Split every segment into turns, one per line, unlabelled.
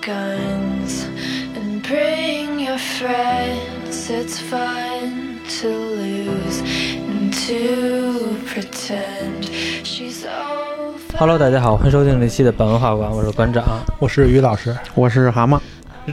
guns and bring your friends. It's fun to lose and to pretend she's over.
Hello，大家好，欢迎收听这期的本文化馆，我是馆长。
我是于老师，
我是蛤蟆，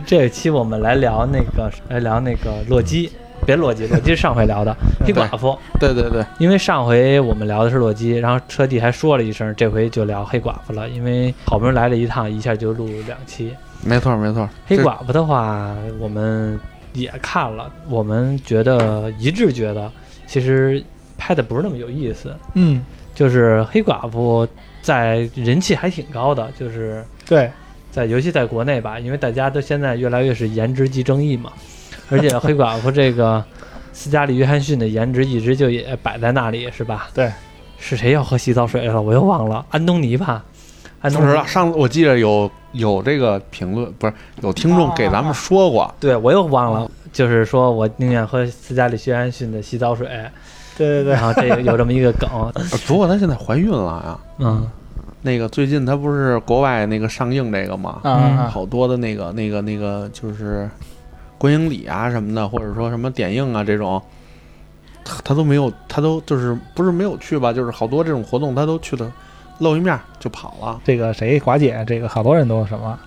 这一期我们来聊那个，来聊那个洛基，别洛基，洛基是上回聊的黑寡妇，
对对对，
因为上回我们聊的是洛基，然后车帝还说了一声，这回就聊黑寡妇了，因为好不容易来了一趟，一下就录两期。
没错没错，
黑
这
寡妇的话，我们也看了，我们觉得一致觉得，其实拍的不是那么有意思，
嗯，
就是黑寡妇在人气还挺高的，就是
对，
在尤其在国内吧，因为大家都现在越来越是颜值即争议嘛，而且黑寡妇这个斯嘉丽·约翰逊的颜值一直就也摆在那里，是吧？
对，
是谁要喝洗澡水了？我又忘了，安东尼吧？安
不
东
知
尼
道，上我记得有有这个评论，不是有听众给咱们说过，
对我又忘了，就是说我宁愿喝斯嘉丽·约翰逊的洗澡水，
对对对
然，后这个有这么一个 梗，
呃不过她现在怀孕了啊。
嗯，
那个最近她不是国外那个上映这个嘛，
啊啊
好多的那个那个那个就是观影礼啊什么的，或者说什么点映啊这种，她她都没有，她都就是不是没有去吧，就是好多这种活动她都去的露一面就跑了。
这个谁寡姐，这个好多人都什么。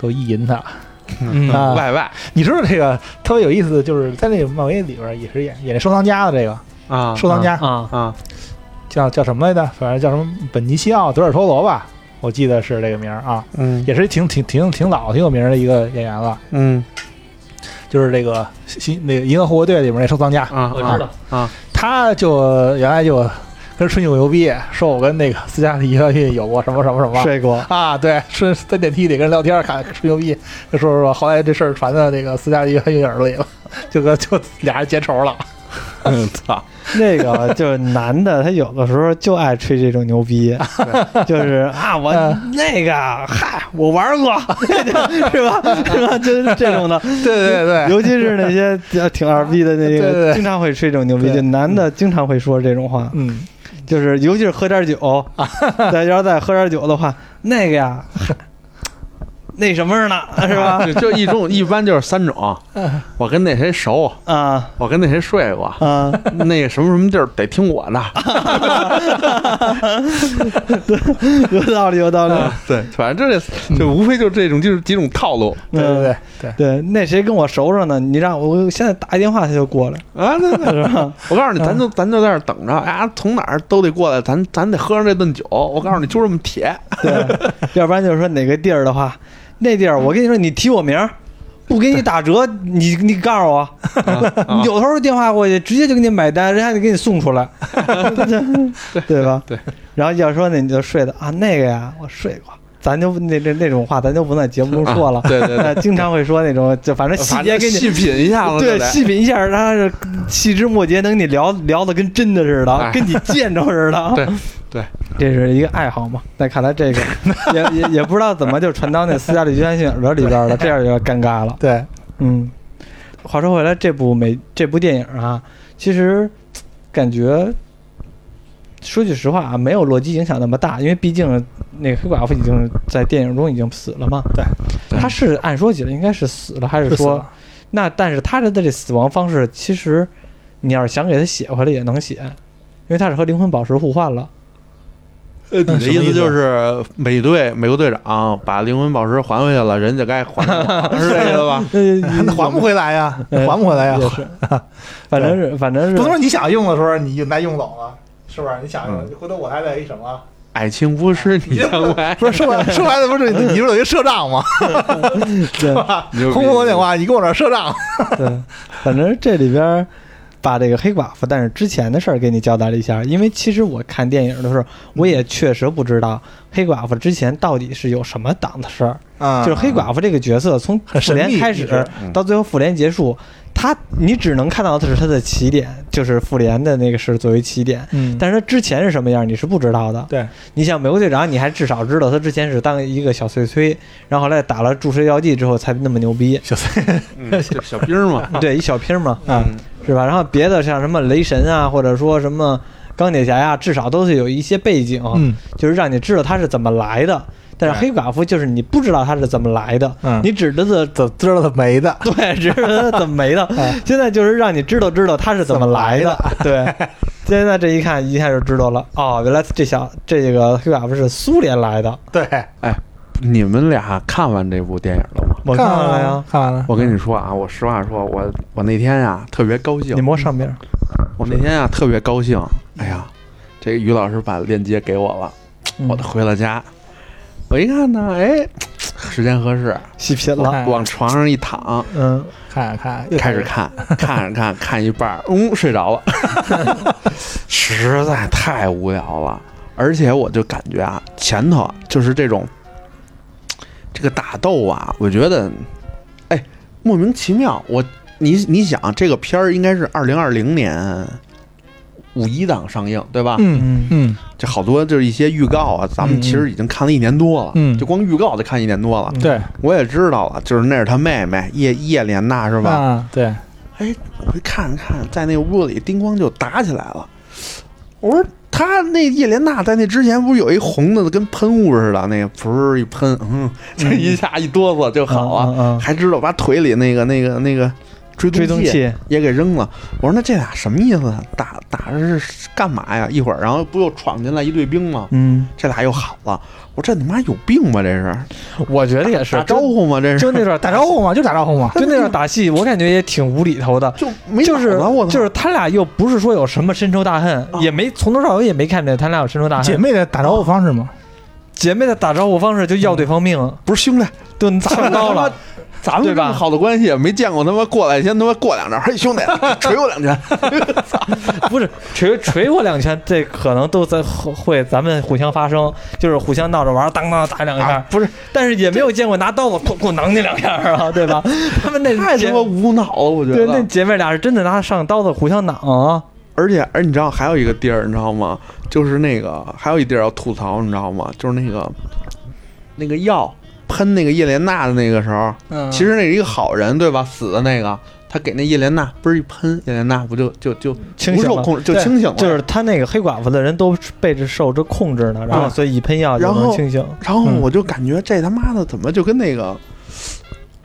都意淫她。
嗯
啊
外外
你知道这个特别有意思的就是在那个漫威里边也是演演那收藏家的这个
啊
收藏家
啊，
啊，
叫叫什么来着？反正叫什么本尼西奥·德尔托罗吧，我记得是这个名儿啊，
嗯
也是挺挺挺挺老挺有名儿的一个演员了，
嗯
就是这个新那个《银河护卫队》里面那收藏家，
啊，
我知道，
他就原来就跟吹牛牛逼，说我跟那个斯嘉丽·约翰逊有过什么什么什么
睡 过
啊，对，是在电梯里跟人聊天，看吹牛逼，就说说，后来这事儿传到那个斯嘉丽·约翰逊耳朵里了，就跟就俩人结仇了，
嗯，操，
那个就是男的，他有的时候就爱吹这种 牛逼，就是啊，我
嗯
那个嗨，我玩 过，是吧？是吧？就是这种的，
对对 对，
尤其是那些比较挺二逼的那
对对
个，
对
经常会吹这种牛逼，
对
就男的经常会说这种话，
嗯，
就是尤其是喝点 酒，再要是再喝点酒的话，那个呀，嗨那什么呢，是 吧？
就 就一种，一般就是三种。我跟那谁熟，
啊
我跟那谁睡 过，
啊，
那个什么什么地儿得听我的。
有道理，有道
嗯
理。
对，嗯反正这就无非就是这种就是几种套路
对对
嗯
对对，
对，那谁跟我熟着呢？你让我我现在打一电话他就 过来，
啊。嗯对对
是吧？
我告诉你，咱就咱就在那儿等着，啊，从哪儿都得过来，咱咱得喝上这顿酒。我告诉你，就这么铁。
对，要不然就是说哪个地儿的话，那地儿我跟你说，你提我名儿，不给你打折，你你告诉我，
啊
有时候电话过去直接就给你买单，人家就给你送 出来，对吧？
对。
然后要说呢，你就睡的啊，那个呀，我睡过。咱就那那那种话，咱就不在节目中说了。
啊对对对
呃 经常会说那种，就反正细
反
节
正
给你
细品一下子就
对，
得，
细品一下，他是细枝末节，能给你聊聊的跟真的似的
哎，
跟你见着似 的。
对对，
这是一个爱好嘛。但看来这个 也也也不知道怎么就传到那斯嘉丽·约翰逊耳朵里边了，这样有点尴尬了。
对，
嗯，话说回来，这部美这部电影啊，其实感觉说句实话啊，没有洛基影响那么大，因为毕竟那个黑寡妇已经在电影中已经死了嘛。
对，
他是按说起来应该是死了，还是
是死
说
了
那但是他的这死亡方式，其实你要是想给他写回来也能写，因为他是和灵魂宝石互换了。
呃，你的
什么
意
意
思
思
就是美队美国队长把灵魂宝石还回去了，人家该还 了，是这意思吧？
呃，
那还不回来呀，
呃
还不回来呀
也，是，反正是反正是
不能说你想用的时候你就拿用走了。是不是你想
嗯
用？回头我还得一什么？
爱情不是你 的
哎
爱，
不是说白了说白了不是你你不是有一个社账吗？
对
牛逼
轰我讲话，你跟我这儿社账，
对，反正这里边儿把这个黑寡妇，但是之前的事儿给你交代了一下，因为其实我看电影的时候，我
嗯
也确实不知道黑寡妇之前到底是有什么档子事儿。
啊
就是黑寡妇这个角色，从
很
复
神秘
联开
一
始
直
嗯
到最后复联结束，她你只能看到的是她的起点，就是复联的那个是作为起点。
嗯
但是她之前是什么样，你是不知道的。
对，
你像美国队长，你还至少知道他之前是当一个小碎催，然后后来打了注射药剂之后才那么牛逼。
小崔，
嗯这小兵嘛，
对，一小拼嘛，
啊
嗯
是吧？然后别的像什么雷神啊，或者说什么钢铁侠呀、至少都是有一些背景，
嗯哎
就是让你知道他是怎么来的。但是黑寡妇就是你不知道她是怎么来的，
嗯
你只知道
怎知道他没的？
对，知道她怎 么没的。
哎
现在就是让你知道知道她是怎么来的。对，现在这一看一下就知道了。哦，原来这小这个黑寡妇是苏联来的。
对，
你们俩看完这部电影了吗？
我看
完
了呀，，
看完了。
我跟你说啊，我实话说，我我那天呀、特别高兴
你，摸上边儿，
我那天呀、特别高兴。哎呀，这个于老师把链接给我了，我回了家，我一看呢，哎，时间合适，
细品
我
了。
看
往床上一躺，
嗯，
看看，
开始 看，看着看，看一半儿，嗯，睡着了， 实在太无聊了。而且我就感觉啊，前头就是这种这个打斗啊，我觉得，哎，莫名其妙。我你你想，啊这个片儿应该是二零二零年五一档上映，对吧？
嗯嗯
这好多就是一些预告啊，咱们其实已经看了一年多了，
嗯
就光预告就看一年多了。
嗯，对，
我也知道了，就是那是他妹妹叶叶莲娜是吧？
啊，对，
嗯
哎，我一看看，在那屋里叮咣就打起来了。我说他那叶莲娜在那之前不是有一红的跟喷雾似的，那个噗一喷，嗯，这一下一哆嗦就好啊，
嗯嗯嗯
还知道把腿里那个那个那个追
追踪器
也给扔了。我说那这俩什么意思啊？打打着是干嘛呀？一会儿然后不又闯进来一队兵吗？
嗯，
这俩又好了。我说这你妈有病吧？这是
我觉得也是
打，招呼吗？这是
就那段
打招 呼嘛，就打招呼嘛。
就那段打戏，我感觉也挺无厘头的。
就没
就是
脑子我操啊
就是他俩又不是说有什么深仇大恨，也没从头到尾也没看见他俩有深仇大恨。
姐妹的打招呼方式嘛，
姐妹的打招呼方式就要对方命，
不是兄弟，
就上高了，
咱们
对
这
吧
么好的关系，没见过他妈过来先他妈过两招，嘿兄弟，捶我两拳，
不是捶捶我两拳，这可能都在会咱们互相发生，就是互相闹着玩儿，当当打两下、
啊不是
但是也没有见过拿刀子哐哐囊你两下啊，对吧？ 他们那
太他
姐
妈无脑了，我觉
对那
得。
姐妹俩是真的拿上刀子互相囊啊，
而且而你知道还有一个地儿，你知道吗？就是那个还有一地儿要吐槽，你知道吗？就是那个那个药喷那个叶莲娜的那个时候，
嗯
其实那是一个好人，对吧？死的那个，他给那叶莲娜不是一喷，叶莲娜不就就就
清
无
醒
受
了
控制就
对
清醒了，
就是他那个黑寡妇的人都是被这受着控制呢，然后
啊
所以一喷药就
然
能
后
清醒。
然后我就感觉这他妈的怎么就跟那个，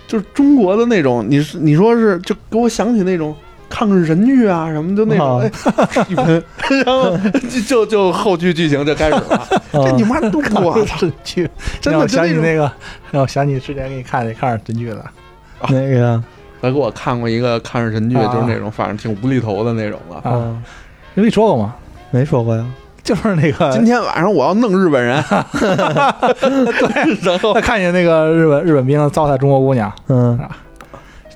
就是中国的那种，你是你说是就给我想起那种抗日神剧啊什么，就那种、
啊
哎一喷， 然后就就就后续剧情就开始了。
哦
这
嗯
你妈都 我操！
真 剧，
真的
让我
就
想起
那
那个，让我想起之前给你看那抗日神剧了
那个，
他给我看过一个抗日神剧，
啊
就是那种反正挺无厘头的那种了。
啊，
啊，
跟你说过吗？
没说过呀。
就是那个
今天晚上我要弄日本人，
他 看见那个日本日本兵糟蹋中国姑娘，
嗯，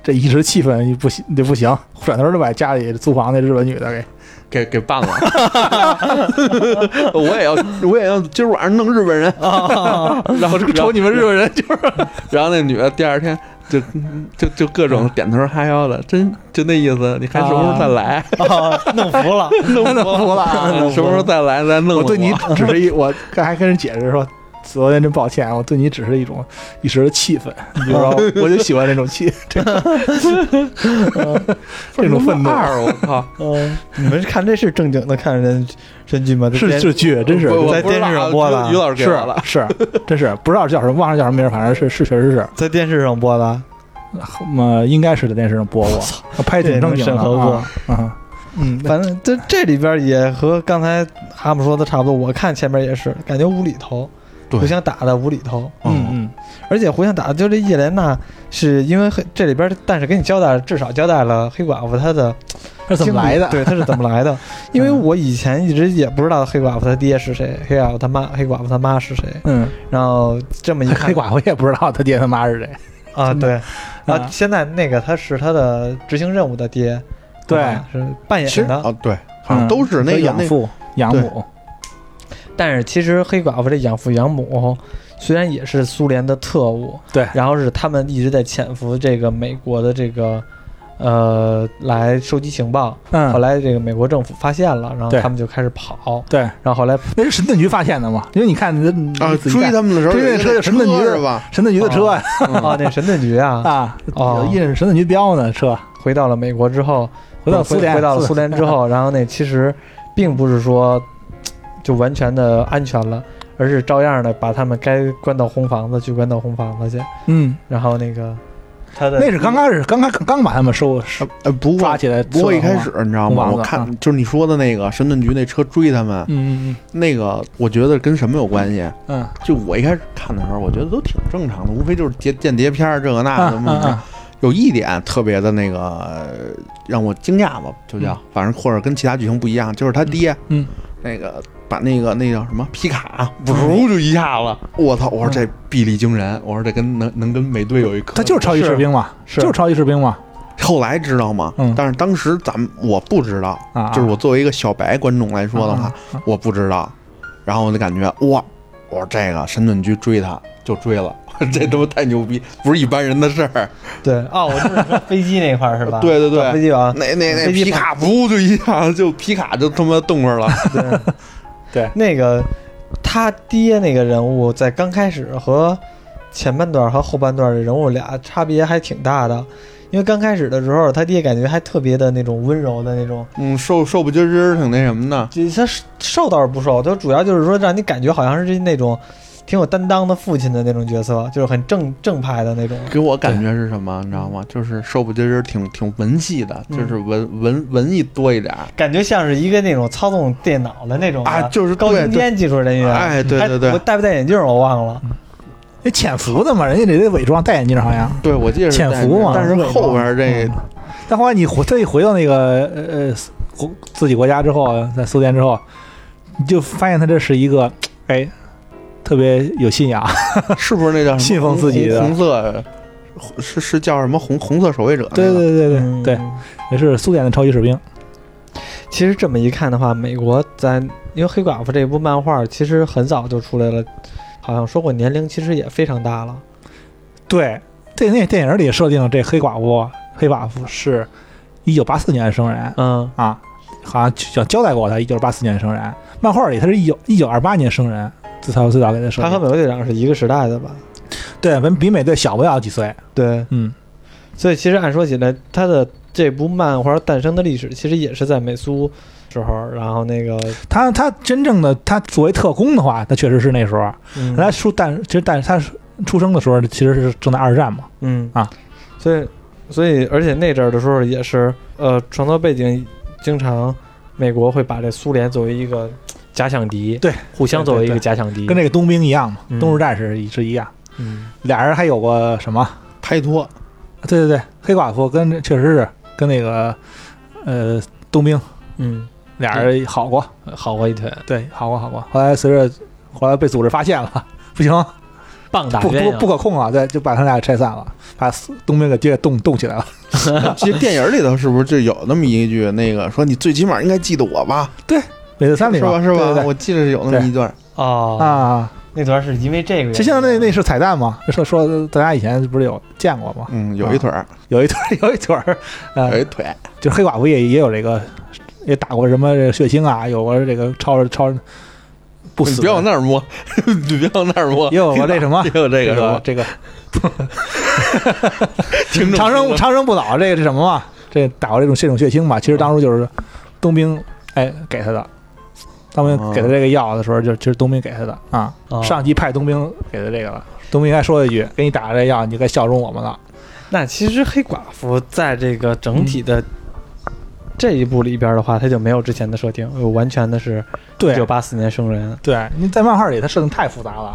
这一时气愤不行，这不行，转头就把家里租房那日本女的给
给给办了。 我也要，我也要，今儿晚上弄日本人。 然后
瞅你们日本人就是
然后那女的第二天就就就各种点头哈腰的，真就那意思，你还什么时候再来？
啊，弄服 了，
弄
弄
我
服了啊。
什么时候再来再弄
我对你只是一，我刚还跟人解释说，昨天真抱歉，我对你只是一种一时的气愤，你知道 吗？我就喜欢这种气，这种这种愤怒
二，我靠！
嗯，你们看这是正经的看人神剧吗？这
是
电
是剧，真是
我我
在
不知道啊
电视上播的
于老师给
是
我了，
是，真是不知道叫什么，忘了叫什么名儿，反正是是确实是，
在电视上播的，
嗯，应该是在电视上播过，拍挺正经的
这也能审核过
啊啊，嗯，
反正这这里边也和刚才哈姆说的差不多。我看前面也是，感觉无厘头，
对
互相打的无厘头，
嗯嗯。
而且互相打的就这叶莲娜，是因为黑这里边，但是给你交代了，至少交代了黑寡妇她的
他怎么
经历
来的？
对，她是怎么 来的？因为我以前一直也不知道黑寡妇她爹是谁，黑寡妇她妈，黑寡妇她妈是谁。
嗯，
然后这么一看
黑，寡妇也不知道他爹他妈是 谁。
啊，
真的
对，啊，
啊
现在那个他是他的执行任务的爹，
对
好吧是扮
其实
演的。
啊，对，好像都是那
和啊嗯
个
养
那
父、养
对
母，
但是其实黑寡妇这养父养母虽然也是苏联的特务，
对
然后是他们一直在潜伏这个美国的这个。呃，来收集情报，
嗯
后来这个美国政府发现了，然后
对
他们就开始跑，
对，
然后后来
那是神盾局发现的嘛？因为你看，你
啊，追他们的哦时候
追那车
有
有神盾局
是吧？
神盾局的车啊
啊，那神盾局啊，
啊，
哦
有印着神盾局标呢，车
回到了美国之后，
回到苏联，
回到 了苏联之后，然后那其实并不是说就完全的安全了，而是照样的把他们该关到红房子去关到红房子去，
嗯，
然后那个他的
那是刚开始，刚开刚把他们收收
呃，不过
抓起来，
不过一开
收
始
了，
你知道
红
吗？
房子
我
啊
看就是你说的那个神盾局那车追他们，
嗯
那个我觉得跟什么有关系？
嗯嗯
就我一开始看的时候，我觉得都挺正常的，无非就是间间谍片儿这个
嗯
那
啊
的怎么
啊
怎么着
啊。
有一点特别的那个呃让我惊讶吧，就叫、
嗯
反正或者跟其他剧情不一样，就是他爹，
嗯
那个把那个那叫什么皮卡，呜就一下子，我操！我说这臂力惊人，我说这跟能能跟美队有一磕。
嗯他就是超级士兵嘛，
是
就是超级士兵嘛，
后来知道吗？
嗯
但是当时咱们我不知道，
啊，
就是我作为一个小白观众来说的话，
啊，啊
我不知道。然后我就感觉哇，我说这个神盾局追他就追了， 这他妈太牛逼，不是一般人的事儿。
对哦，我知道你说飞机那块儿是 吧？
对对对
打飞机王
那那那
飞机
皮卡不就一下 就皮卡就他妈动会儿 了，
那个他爹那个人物在刚开始和前半段和后半段的人物俩差别还挺大的，因为刚开始的时候他爹感觉还特别的那种温柔的那种，
嗯，瘦瘦不唧唧，挺那什么的。
就他瘦倒是不瘦，他主要就是说让你感觉好像是那种挺有担当的父亲的那种角色，就是很正正派的那种。
给我感觉是什么，你知道吗？就是瘦不唧唧，挺挺文气的，
嗯
就是文文文艺多一点儿。
感觉像是一个那种操纵电脑的那种的
啊就是
高
对
精尖技术人员。
哎，对对
哎我
对，
戴不戴眼镜我忘了。
那潜伏的嘛，人家得得伪装戴眼镜好像。
对我记得是
潜伏嘛
但是但是后边这
嗯但后来你回他一回到那个呃呃国自己国家之后，在苏联之后，你就发现他这是一个哎特别有信
啊
仰，
是不是那叫什么
信奉自己的
红红色？是是叫什么红红色守卫者？
对，对对对、
嗯
对，也是苏联的超级士兵。
其实这么一看的话，美国在因为黑寡妇这部漫画其实很早就出来了，好像说过年龄其实也非常大了。
对，对，那电影里设定这黑寡妇，黑寡妇是一九八四年生人
嗯，
啊，好像讲交代过他一九八四年生人。漫画里他是一九一九二八年生人，这才最早给他设
他和
定。
美国队长是一个时代的吧？
对，文比美队小不了几岁。
对，
嗯，
所以其实按说起来，他的这部漫画诞生的历史其实也是在美苏时候，然后那个，
他他真正的他作为特工的话，他确实是那时候。
嗯
他出但其实但是他出生的时候其实是正在二战嘛，
嗯
啊，
所以所以而且那阵儿的时候也是，呃，创作背景经常美国会把这苏联作为一个假想敌，
对，
互相作为一个
对对
假想
嗯
敌，
跟那个冬兵一样嘛，
嗯
冬日战士是一样。
嗯
俩人还有过什么？
拍拖
对对对，黑寡妇跟确实是跟那个呃冬兵
嗯
俩人好过，
好过一腿，
对，好过好过。后来随着后来被组织发现了，不行，
棒打
不
鸳
不
鸯
不可控啊，对，就把他俩拆散了，把冬兵给接着冻冻起来了。
其实电影里头是不是就有那么一句那个说你最起码应该记得我吧？
美队三里
是吧
嘛
是吧？
对对对
我记得是有那么一段。
哦
啊，
那段是因为这个原因，
其实现在那那是彩蛋嘛，说说大家以前不是有见过吗？
嗯，哎有一腿儿，
有一腿儿 有一腿儿，呃
有一腿，
就是黑寡妇也也有这个，也打过什么这个血腥啊，有过这个超超不
你
死
别往
的，
那儿摸，你别往那儿摸
也。有过这啊什么
也有这
这
个是
个
吧？
这个
听众
长
听
生
众
长生不老这个是什么嘛？这打过这种这种血腥嘛？其
嗯
实当初就是冬兵哎给他的，当兵给他这个药的时候，就其实冬兵给他的啊。
哦
上级派冬兵给他这个了，冬兵应该说一句：“给你打了这药，你就该效忠我们了。
那其实黑寡妇在这个整体的这一部里边的话，它就没有之前的设定，呃完全的是”一
对
九八四年生人。
对，你在漫画里他设定太复杂了，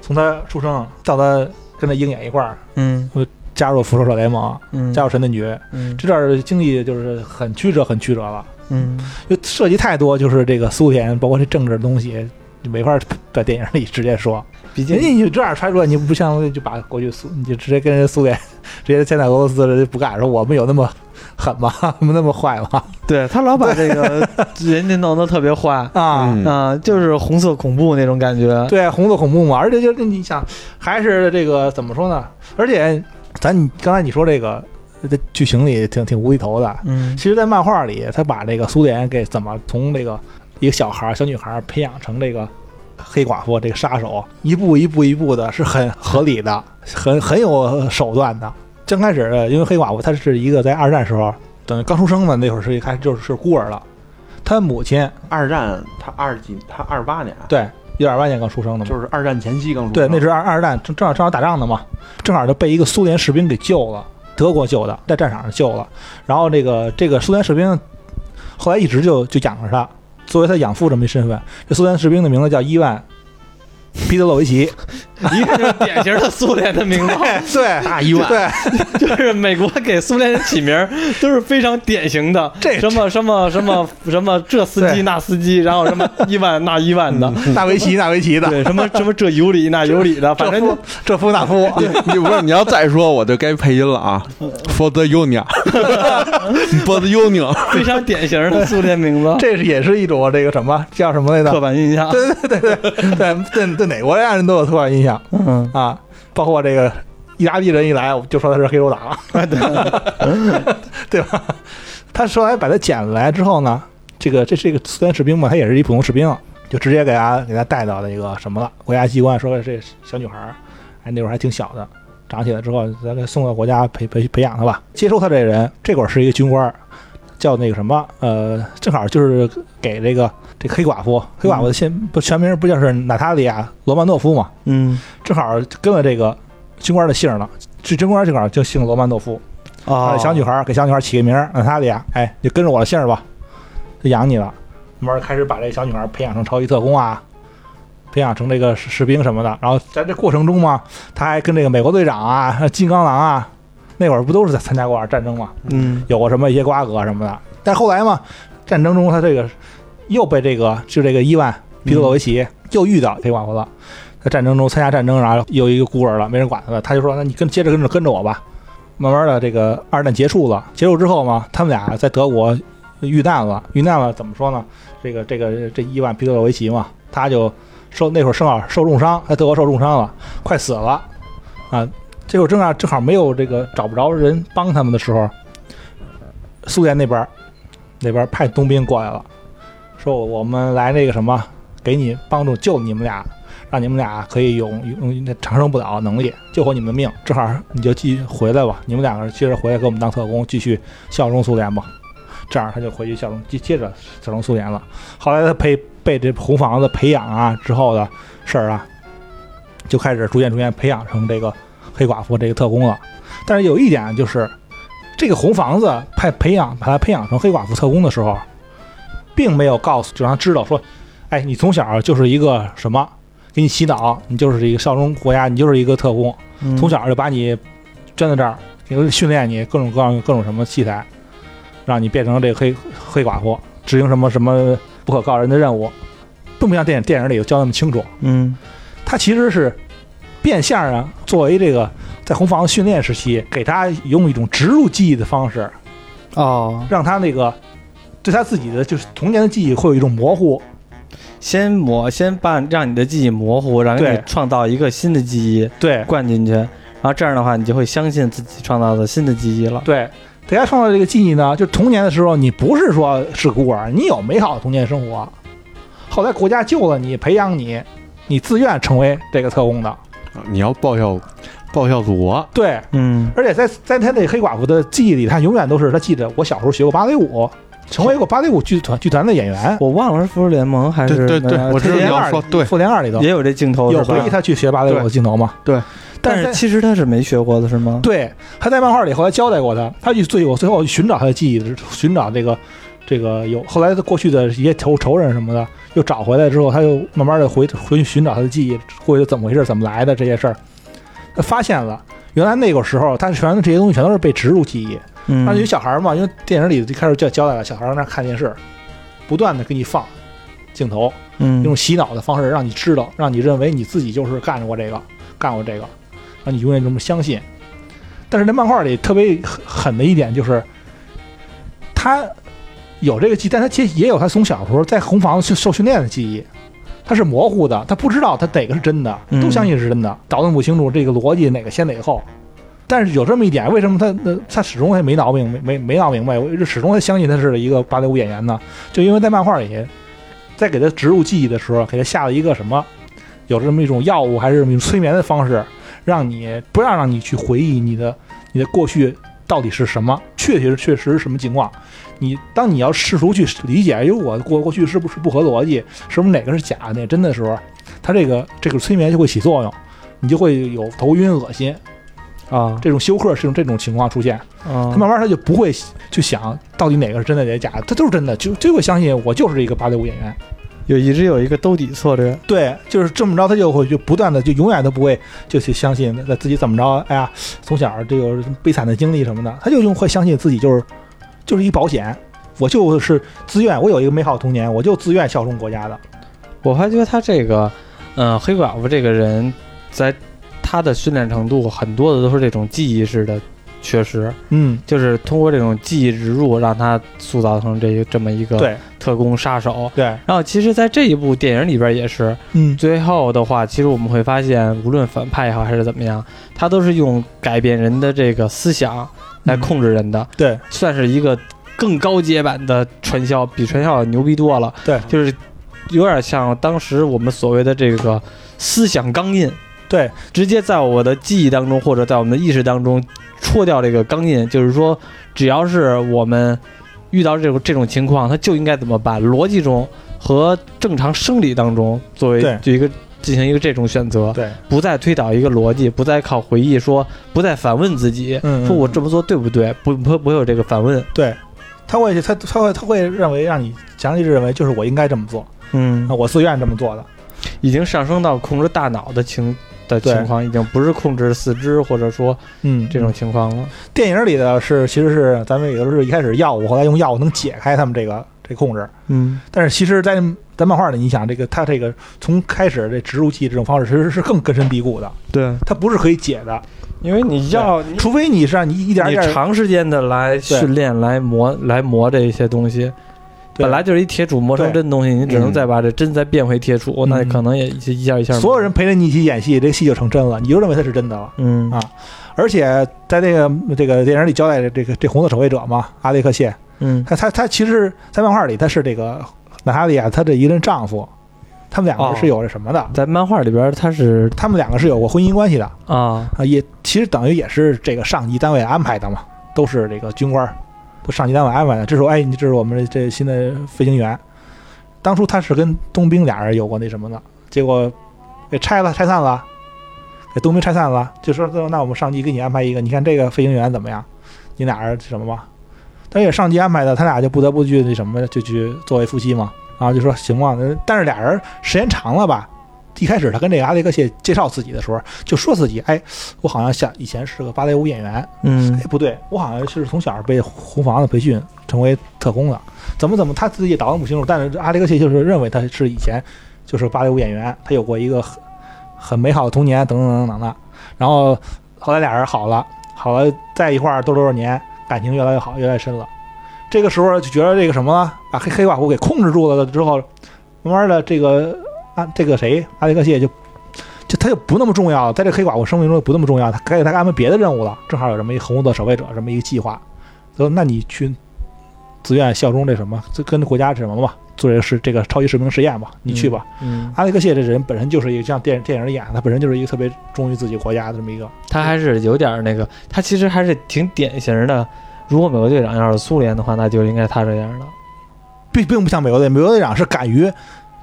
从他出生到他跟着鹰眼一块儿
嗯
加入复仇者联盟，
嗯，
加入神盾局，
嗯
这段儿经济就是很曲折，很曲折了，
嗯，
就涉及太多，就是这个苏联，包括这政治的东西，你没法在电影里直接说。
毕
人家
竟
你这样揣出来，你不像就把过去苏，你就直接跟人苏联， 直接现在俄罗斯人不干，说我们有那么狠吗？ 我们那么坏吗？
对他老把这 个人家弄得特别坏
啊，
嗯
啊，就是红色恐怖那种感觉。
对，红色恐怖嘛，而且就是你想，还是这个怎么说呢？而且咱你刚才你说这个，这剧情里挺挺无厘头的，
嗯
其实，在漫画里，他把这个苏联给怎么从这个一个小孩儿、小女孩儿培养成这个黑寡妇、这个杀手，一步一步一步的，是很合理的，很 很有手段的。刚开始，因为黑寡妇她是一个在二战时候，等于刚出生嘛，那会儿是一开始就是是孤儿了。她母亲
二战他二几他二八年，
对一九二八年刚出生的嘛，
就是二战前夕刚出
对，
生
那是二二战正正好正好打仗的嘛，正好就被一个苏联士兵给救了，德国救的，在战场上救了。然后这个这个苏联士兵后来一直就就养着他，作为他养父这么一身份。这苏联士兵的名字叫伊万·彼得洛维奇，
一看就是典型的苏联的名字，
对，
大伊万，
对，
就是美国给苏联人起名儿都是非常典型的，
这
什么什么什么什么这司
对
机那司机，然后什么伊万那伊万的，
纳维奇纳维奇的，
对，什么什么这尤里那尤里的，反
这
正
夫
就
这夫那夫，
你不是你要再说我就该配音了啊，For the Union，For the Union，
非常典型的苏联名字，
这是也是一种这个什么叫什么来
刻
着？
板印 象。
对对对，哪国家人都有刻板印象
嗯，
啊，包括这个意大利人一来我就说他是黑手党。 对吧？他说来把他捡来之后呢，这个这是一个苏联士兵嘛，他也是一普通士兵，就直接给他给他带到那个什么了，国家机关说这小女孩儿，哎那会儿还挺小的，长起来之后咱给送到国家培培培养她吧。接收他这人，这会儿是一个军官儿，叫那个什么呃，正好就是给这个这黑寡妇，黑寡妇的先不全名不就是娜塔莉亚·罗曼诺夫嘛，
嗯，
正好跟了这个军官儿的姓儿了，这军官儿正好就姓罗曼诺夫。
啊
啊，小女孩儿给小女孩儿起个名儿，娜塔莉亚，哎，就跟着我的姓儿吧，就养你了。慢慢开始把这小女孩儿培养成超级特工啊，培养成这个士士兵什么的。然后在这过程中嘛，她还跟这个美国队长啊、金刚狼啊，那会儿不都是在参加过战争嘛，
嗯，
有过什么一些瓜葛什么的。但后来嘛，战争中她这个又被这个就这个伊万皮特洛维奇又遇到黑寡妇了，在战争中参加战争，然后又一个孤儿了，没人管他了，他就说：“那你跟接着跟着跟着我吧。”慢慢的，这个二战结束了，结束之后嘛，他们俩在德国遇难了，遇难了怎么说呢？这个这个这伊万皮特洛维奇嘛，他就受那会儿正好受重伤，在德国受重伤了，快死了啊！结果正好正好没有这个找不着人帮他们的时候，苏联那边儿那边儿派冬兵过来了，说我们来那个什么，给你帮助救你们俩，让你们俩可以永永那长生不老能力，救活你们的命。正好你就继续回来吧，你们两个接着回来给我们当特工，继续效忠苏联吧。这样他就回去效忠，接接着效忠苏联了。后来他培被这红房子培养啊之后的事儿啊，就开始逐渐逐渐培养成这个黑寡妇这个特工了。但是有一点就是，这个红房子派培养把他培养成黑寡妇特工的时候，并没有告诉，就让他知道说，哎，你从小就是一个什么，给你洗脑，你就是一个效忠国家，你就是一个特工，
嗯
从小就把你粘在这儿，给训练你各种各样各种什么器材，让你变成这个黑黑寡妇，执行什么什么不可告人的任务，并不像电影电影里教那么清楚，
嗯
他其实是变相啊，作为这个在红房子训练时期，给他用一种植入记忆的方式，
哦，
让他那个对他自己的就是童年的记忆会有一种模糊，
先模先把让你的记忆模糊，然后给你
对
创造一个新的记忆
对
灌进去，然后这样的话你就会相信自己创造的新的记忆了。
对。给他创造这个记忆呢，就童年的时候，你不是说是孤儿，你有美好的童年生活。后来国家救了你，培养你，你自愿成为这个特工的。
你要报效报效祖国，
对，
嗯，
而且在在他那黑寡妇的记忆里，他永远都是他记得我小时候学过芭蕾舞，成为过芭蕾舞剧团剧团的演员。
我忘了是复仇联盟还
对
是
对对
哪，
我知
特
道
别
你要说对，
复联二里头
也有这镜头
有
是吧
回忆他去学芭蕾舞的镜头吗？
对对
但是
但是
在
其实他是没学过的，是吗？
对他在漫画里后来交代过他，他去最后最后寻找他的记忆，寻找这个这个有后来他过去的一些仇仇人什么的，又找回来之后，他又慢慢的回回去寻找他的记忆，过去怎么回事，怎么来的这些事儿，他发现了。原来那个时候，他全这些东西全都是被植入记忆。
嗯，
但是有小孩儿嘛，因为电影里就开始就交代了，小孩儿在那儿看电视，不断的给你放镜头，用
嗯
洗脑的方式让你知道，让你认为你自己就是干过这个，干过这个，让你永远这么相信。但是那漫画里特别狠的一点就是，他有这个记忆，但他其实也有他从小时候在红房子受训练的记忆，他是模糊的，他不知道他哪个是真的，
嗯
都相信是真的，倒腾不清楚这个逻辑哪个先哪个后。但是有这么一点，为什么他呃他始终还没闹明白，没没闹明白，我始终还相信他是一个芭蕾舞演员呢？就因为在漫画里，在给他植入记忆的时候，给他下了一个什么，有这么一种药物还是这么一种催眠的方式，让你不让让你去回忆你的你的过去到底是什么，确实确实是什么情况。你当你要试图去理解，哎呦，我过过去是不是不合逻辑，是不是哪个是假的，哪真的时候，它这个这个催眠就会起作用，你就会有头晕、恶心
啊
这种休克是种这种情况出现。
啊
他慢慢他就不会去想到底哪个是真的，哪个假的，他就是真的，就就会相信我就是一个芭蕾舞演员。
有一直有一个兜底策略，
对，就是这么着，他就会就不断的就永远都不会就去相信那自己怎么着，哎呀，从小这个悲惨的经历什么的，他就用会相信自己就是就是一保险，我就是自愿，我有一个美好童年，我就自愿效忠国家的。
我发觉他这个，嗯，黑寡妇这个人，在他的训练程度很多的都是这种记忆式的缺失，
嗯，
就是通过这种记忆植入，让他塑造成这这么一个
对
特工杀手。
对，
然后，其实，在这一部电影里边也是，
嗯
最后的话，其实我们会发现，无论反派也好还是怎么样，他都是用改变人的这个思想来控制人的，
对
算是一个更高阶版的传销，比传销要牛逼多了。
对
就是有点像当时我们所谓的这个思想钢印，
对，
直接在我的记忆当中或者在我们的意识当中戳掉这个钢印，就是说，只要是我们遇到这种这种情况，它就应该怎么办？逻辑中和正常生理当中作为
对
就一个进行一个这种选择，
对，
不再推导一个逻辑，不再靠回忆说，不再反问自己，
嗯
说我这么做对不对？不不不会有这个反问，
他会他他会他会认为让你强烈认为就是我应该这么做，
嗯
啊，我自愿这么做的。
已经上升到控制大脑的情的
对
情况，已经不是控制四肢或者说
嗯，
这种情况了。
电影里的是其实是咱们也就是一开始药物，后来用药物能解开他们这个这个控制。
嗯，
但是其实在，咱漫画里，你想这个，它这个从开始这植入器这种方式，其实是更根深蒂固的，
对，
它不是可以解的，
因为你要你
除非你是让你一点儿一
嗯你
点儿
长时间的来训练、来磨、来磨这些东西，
对
本来就是一铁杵磨成
对
针的东西，你只能再把这针再变回铁杵，
嗯
那可能也一一下一下。
所有人，陪着你一起演戏，这戏就成真了，你就认为它是真的了。
嗯
啊而且在这个这个电影里交代的这个这红色守卫者嘛，阿雷克谢，
嗯，
他他他其实，在漫画里他是这个娜塔莉亚她这一任丈夫，他们两个
哦
是有这什么的，
在漫画里边他是
他们两个是有过婚姻关系的
啊，
啊，也其实等于也是这个上级单位安排的嘛，都是这个军官儿，都上级单位安排的。这时候，哎，你这是我们这这新的飞行员，当初他是跟冬兵俩人有过那什么的，结果给拆了，拆散了，给冬兵拆散了，就说那我们上级给你安排一个，你看这个飞行员怎么样？你俩人什么吧？但也是上级安排的，他俩就不得不去那什么，就去作为夫妻嘛。然后就说行吧，那但是俩人时间长了吧，一开始他跟这个阿雷克谢介绍自己的时候，就说自己，哎，我好像像以前是个芭蕾舞演员，
嗯
哎，不对，我好像是从小被红房子培训成为特工的，怎么怎么他自己也捣乱不清楚，但是阿雷克谢就是认为他是以前就是芭蕾舞演员，他有过一个很很美好的童年，等等等等等的。然后后来俩人好了，好了在一块儿多多少年，感情越来越好，越来越深了。啊这个时候就觉得这个什么了，把黑黑寡妇给控制住了之后，慢慢的这个啊这个谁阿雷克 谢就就他就不那么重要了，在这黑寡妇生命中就不那么重要，他该给他安排别的任务了。正好有这么一红色守卫者这么一个计划，说那你去自愿效忠这什么，这跟国家什么吧，做这个是这个超级士兵实验吧，你去吧。
嗯，
阿雷克谢这人本身就是一个像电电影里演的，他本身就是一个特别忠于自己国家的这么一个，
他还是有点那个，他其实还是挺典型的。如果美国队长要是苏联的话，那就应该他这样了。
并并不像美国队，美国队长是敢于，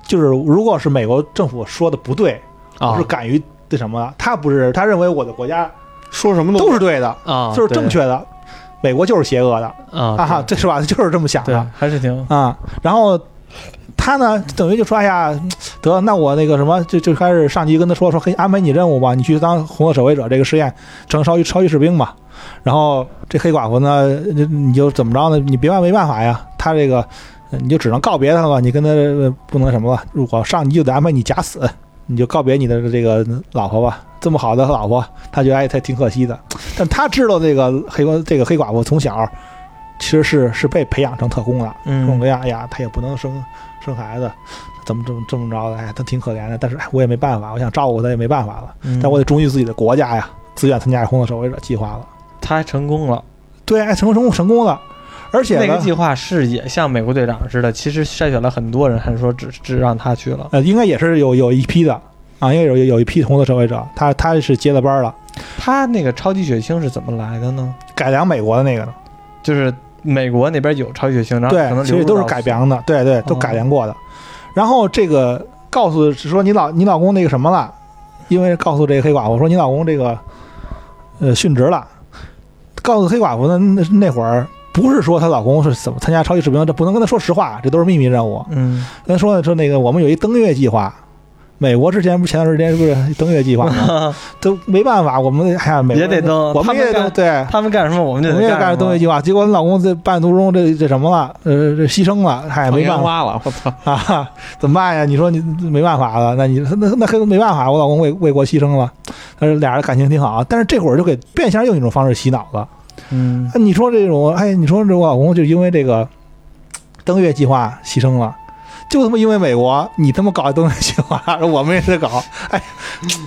就是如果是美国政府说的不对，
啊
是敢于那什么，他不是，他认为我的国家
说什么
都是对的，
啊，
就是正
对
确的，美国就是邪恶的，
啊
啊哈，这
对
是吧？ 他就是这么想
对
的，
还是
嗯
挺
啊，然后他呢，等于就说，哎呀，得，那我那个什么，就就开始上级跟他说，说可以安排你任务吧，你去当红色守卫者这个试验，成超级超级士兵吧。然后这黑寡妇呢，你你就怎么着呢？你别办没办法呀，他这个呃你就只能告别他了，你跟他呃不能什么了。如果上级就得安排你假死，你就告别你的这个老婆吧。这么好的老婆，他觉得哎，他挺可惜的。但他知道这个黑寡这个黑寡妇从小其实是是被培养成特工的，各种
嗯
各样，哎呀，他也不能生生孩子，怎么这么这么着的？哎，他挺可怜的，但是哎我也没办法，我想照顾他也没办法了，
嗯
但我得忠于自己的国家呀，自愿参加红色守卫者计划了。
他还成功了。
对，哎，成功成功成功了，而且
那个
呢，
计划是也像美国队长似的，其实筛选了很多人，还说只只让他去了。
呃，应该也是有有一批的啊，应该有有一批红色守卫者，他他是接了班了，
他那个超级血清是怎么来的呢？
改良美国的那个呢，
就是美国那边有超级血清，然后
对
可能，
其实
流入
都是
到
改良的，对对，都
哦
改良过的。然后这个告诉说你老你老公那个什么了，因为告诉这个黑寡妇说你老公这个呃殉职了，告诉黑寡妇的那那会儿。不是说她老公是怎么参加超级士兵，这不能跟她说实话，这都是秘密任务。
嗯，
跟她说呢说那个我们有一登月计划，美国之前不是前段时间不是登月计划 吗？都没办法，我们哎呀，美国
也得登
我们
他们
也得
干
对，
他们干什么我们就
我们
得
也干着
什么
登月。计啊划，结果你老公在半途中这这什么了，呃，这牺牲了，嗨、没办法
花了，我操！
啊，怎么办呀？你说你没办法了，那你那那那没办法，我老公为为国牺牲了，但是俩人感情挺好，啊但是这会儿就给变相用一种方式洗脑了。
嗯
那你说这种，哎，你说这我老公就因为这个登月计划牺牲了。就他妈因为美国，你他妈搞登月计划，我们也得搞，哎，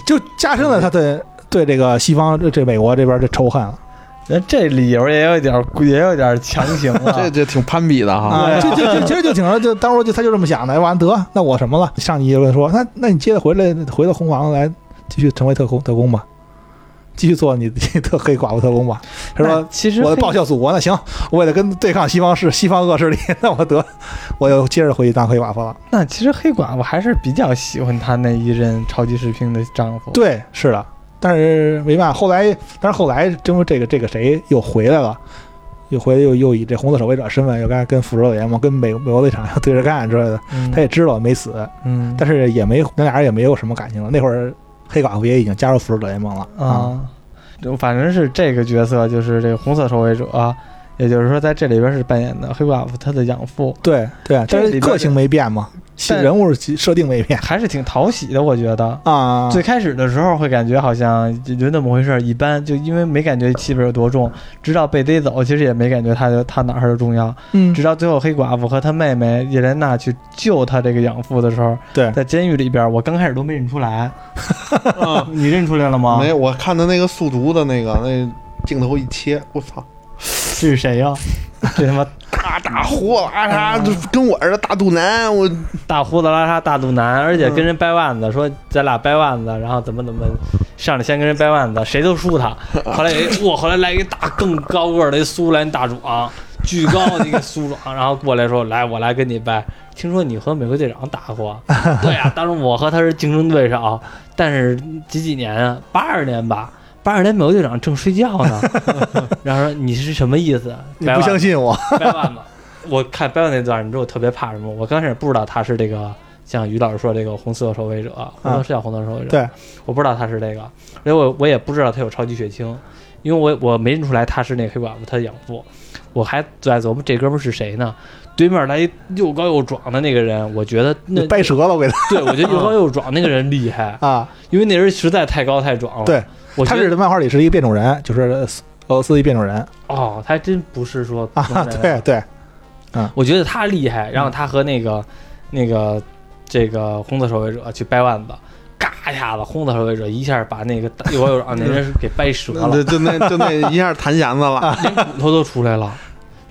就加深了他对对这个西方这这美国这边的仇恨啊了
那这理由也有点，也有点强行啊
这
了。
这挺攀比的哈。
啊，就就就其实就挺着，就当时就他就这么想的，哎完得那我什么了？上级就问说，那那你接着回来，回到红房来继续成为特工特工吧，继续做你你特黑寡妇特工吧。他
那
说
哎其实
哎我
黑
报效祖国，那行，我为了跟对抗西方势西方恶势力， 那我得我又接着回去当黑寡妇了。
那其实黑寡妇还是比较喜欢她那一任超级士兵的丈夫。
对，是的，但是没办法，后来但是后来因为这个这个谁又回来了。又回来又又以这红色守卫者身份，又跟跟复仇者联盟、跟美美国队长又对着干之类的，
嗯，
他也知道没死，
嗯，
但是也没那俩人也没有什么感情了。那会儿黑寡妇也已经加入复仇者联盟了啊，
啊，就反正是这个角色，就是这个红色守卫者、啊也就是说在这里边是扮演的黑寡妇她的养父，
对对啊，
这
但
里
是
边
个性没变嘛，
但
人物设定没变
还是挺讨喜的，我觉得。
啊。
最开始的时候会感觉好像就就那么回事儿，一般就因为没感觉气味有多重，直到被逮走，其实也没感觉他的他哪儿的重要，
嗯
直，到最后黑寡妇和她妹妹叶莲娜去救她这个养父的时候，
对
在监狱里边，我刚开始都没认出来，
哦
嗯
你认出来了吗？
没，我看他那个速读的那个那镜头一切，我操，
这是谁呀、这他妈
咔大呼啦啦，就跟我似的大肚腩，我
大胡子拉碴大肚腩，而且
嗯
跟人掰腕子，说咱俩掰腕子，然后怎么怎么上来先跟人掰腕子，谁都输 他。后来哎我后来来一个大更高个儿的一苏格兰大壮，巨高的一个苏壮，然后过来说来我来跟你掰。听说你和美国队长打 过？对呀、当时我和他是竞争对手，但是几几年啊？八二年吧。八二年美国队长正睡觉 呢，然后说你是什么意思？
你
掰
不
腕子
相信我？
掰腕子。 我看掰腕那段，你知道我特别怕什么？我刚开始不知道他是这个，像于老师说这个红色守卫者，红色是叫红色守卫者，
啊对，
我不知道他是这个，因为我我也不知道他有超级血清，因为我我没认出来他是那个黑寡妇他的养父，我还在琢磨这哥们儿是谁呢？对面来一又高又壮的那个人，我觉得那
你掰折了我给他
对我觉得又高又壮那个人厉害，
啊！
因为那人实在太高太壮了。
对，
我觉
他
得
是漫画里是一个变种人，就是俄罗斯一变种人
哦，他还真不是说
啊。对对，
我觉得他厉害，然后他和那个、那个这个红色守卫者去掰腕子，嘎一下子，红色守卫者一下把那个大右右让那人给掰折了，
就那就那一下弹弦子了。
骨头都出来了。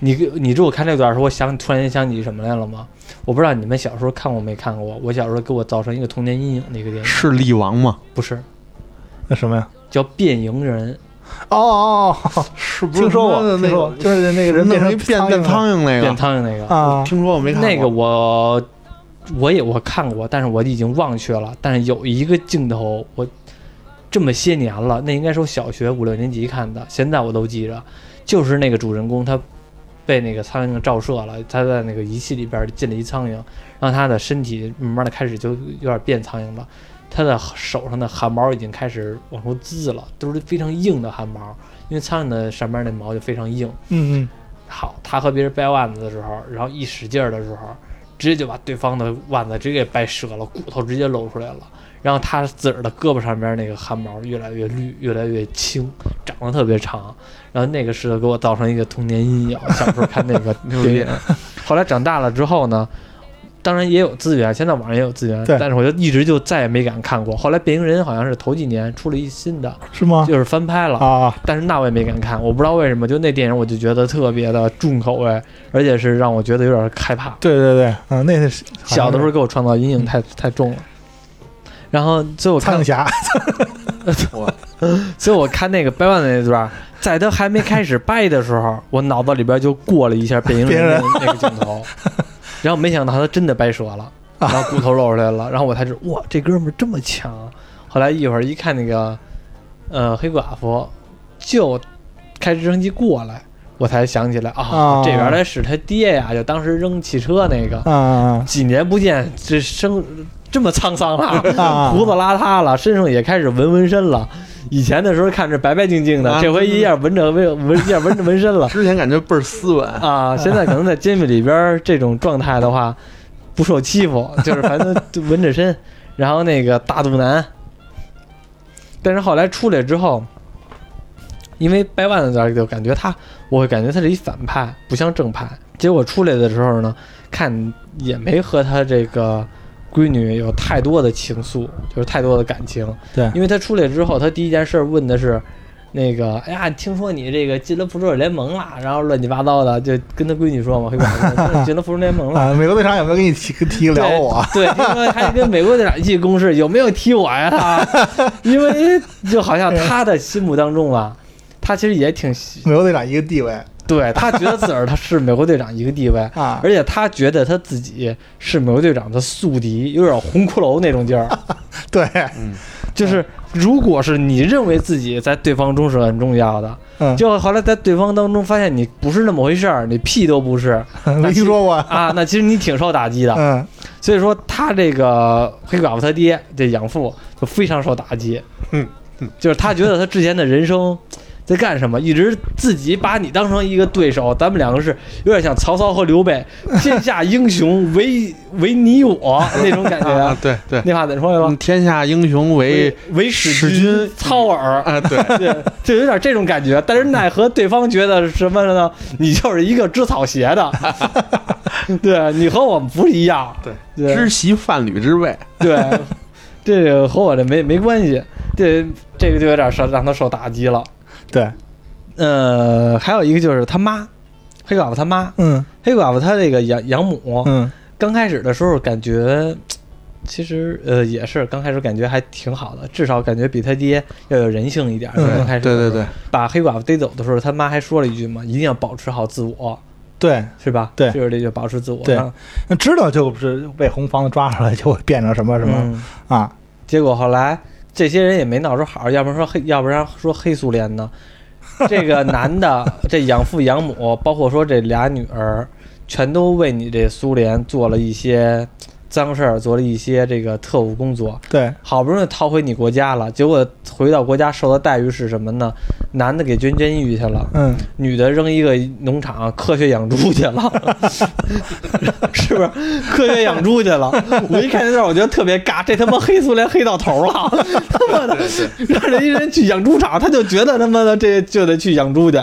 你你知道我看这段的时候，我想突然间想起什么来了吗？我不知道你们小时候看过没看过，我小时候给我造成一个童年阴影的一个电影，
是力王吗？
不是
那什么呀？
叫《变形人
哦哦哦，
是不是
听说
他
过，
妈的
听
那
说过
个
就是那个人
弄
变
成一
成
变变
变
苍蝇》那
变
个？
苍蝇那个
啊，
听说我没看过
那个我我也我看过，但是我已经忘却了。但是有一个镜头，我这么些年了，那应该是我小学五六年级看的，现在我都记着，就是那个主人公他被那个苍蝇照射了，他在那个仪器里边进了一苍蝇，然后他的身体慢慢的开始就有点变苍蝇了。他的手上的汗毛已经开始往出滋了，都是非常硬的汗毛，因为苍蝇的上面那毛就非常硬，
嗯嗯，
好，他和别人掰腕子的时候，然后一使劲儿的时候，直接就把对方的腕子直接给掰折了，骨头直接露出来了。然后他自个儿的胳膊上边那个汗毛越来越绿，越来越青，长得特别长。然后那个是给我造成一个童年阴影，小时候看那个
牛
电
逼
影。后来长大了之后呢，当然也有资源，现在网上也有资源，
对
但是我就一直就再也没敢看过。后来《变形人》好像是头几年出了一新的，
嗯是吗？
就是翻拍了。
啊，
但是那我也没敢看，我不知道为什么，就那电影我就觉得特别的重口味，而且是让我觉得有点害怕。
对对对，嗯，那是
小的时候给我创造阴影太太重了。然后，所以我
苍
看
蝇，侠
所以我看那个掰腕的那段，在他还没开始掰的时候，我脑子里边就过了一下变形人的那个镜头，然后没想到他真的掰折了，然后骨头露出来了，然后我才知道哇，这哥们儿这么强。后来一会儿一看那个，呃，黑寡妇就开直升机过来，我才想起来啊，
哦
这原来是他爹呀，就当时扔汽车那个，
啊
几年不见，这生这么沧桑了。
啊
胡子邋遢了，身上也开始纹纹身了。以前的时候看着白白净净的，
啊
这回一下纹着纹纹一下纹着纹身了
之前感觉倍儿斯文，
啊！现在可能在监狱里边儿这种状态的话，不受欺负，就是反正就纹着身，然后那个大肚腩。但是后来出来之后，因为掰腕子那就感觉他，我会感觉他是一反派，不像正派。结果出来的时候呢，看也没和他这个闺女有太多的情愫，就是太多的感情。
对
因为他出来之后，他第一件事问的是。那个，哎呀，听说你这个进了复仇者联盟了，然后乱七八糟的，就跟他闺女说嘛，黑寡妇进了复仇者联盟了，
啊！美国队长有没有跟你啊提提聊我？
对，听说还跟美国队长一起共事，有没有踢我呀？他， 因为就好像他的心目当中啊，他其实也挺喜，
美国队长一个地位
对他觉得自个儿他是美国队长一个地位，
啊
而且他觉得他自己是美国队长的宿敌，有点红骷髅那种劲儿。
对，
就是如果是你认为自己在对方中是很重要的，
嗯，
结果后来在对方当中发现你不是那么回事儿，你屁都不是
没听说过。
啊，那其实你挺受打击的。
嗯，
所以说他这个黑寡妇他爹这养父就非常受打击，
嗯嗯，
就是他觉得他之前的人生在干什么，一直自己把你当成一个对手，咱们两个是有点像曹操和刘备，天下英雄唯 唯你我那种感
啊
觉，，
对对，
那话怎么说来着
嗯？天下英雄为
唯
使
君
君
操耳，
啊，对，
对，就有点这种感觉。但是奈何对方觉得什么呢？你就是一个织草鞋 的，对你和我们不是一样，
对
对，
知席贩履之 位，
对，这个和我这没没关系，这这个就有点受让他受打击了。
对，
呃，还有一个就是他妈，黑寡妇他妈，
嗯
黑寡妇她这个养养母，
嗯
刚开始的时候感觉，其实呃也是刚开始感觉还挺好的，至少感觉比他爹要有人性一点。
嗯
刚开
对
始的时候
对对，
把黑寡妇逮走的时候，他妈还说了一句嘛，一定要保持好自我，
对，
是吧？
对
就是这就保持自我。
对
然后
那知道就是被红房子抓出来就会变成什么什么
嗯
啊？
结果后来这些人也没闹出好，要不然说黑，要不然说黑苏联呢？这个男的，这养父养母，包括说这俩女儿，全都为你这苏联做了一些脏事儿，做了一些这个特务工作。
对，
好不容易逃回你国家了，结果回到国家受的待遇是什么呢？男的给捐监狱去了，
嗯，
女的扔一个农场科学养猪去了，是不是？科学养猪去了。我一看这段儿，我觉得特别尬，这他妈黑苏联黑到头了，他妈的，让人一人去养猪场，他就觉得他妈的这就得去养猪去。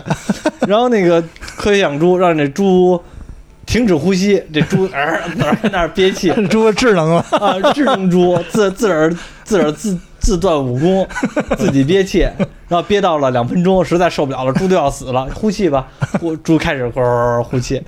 然后那个科学养猪，让这猪停止呼吸，这猪儿儿在那儿憋气
猪的智 能了，
啊，智能猪自自个儿自个儿自自断武功，自己憋气，然后憋到了两分钟，实在受不了了，猪都要死了，呼气吧，呼猪开始呼呼气，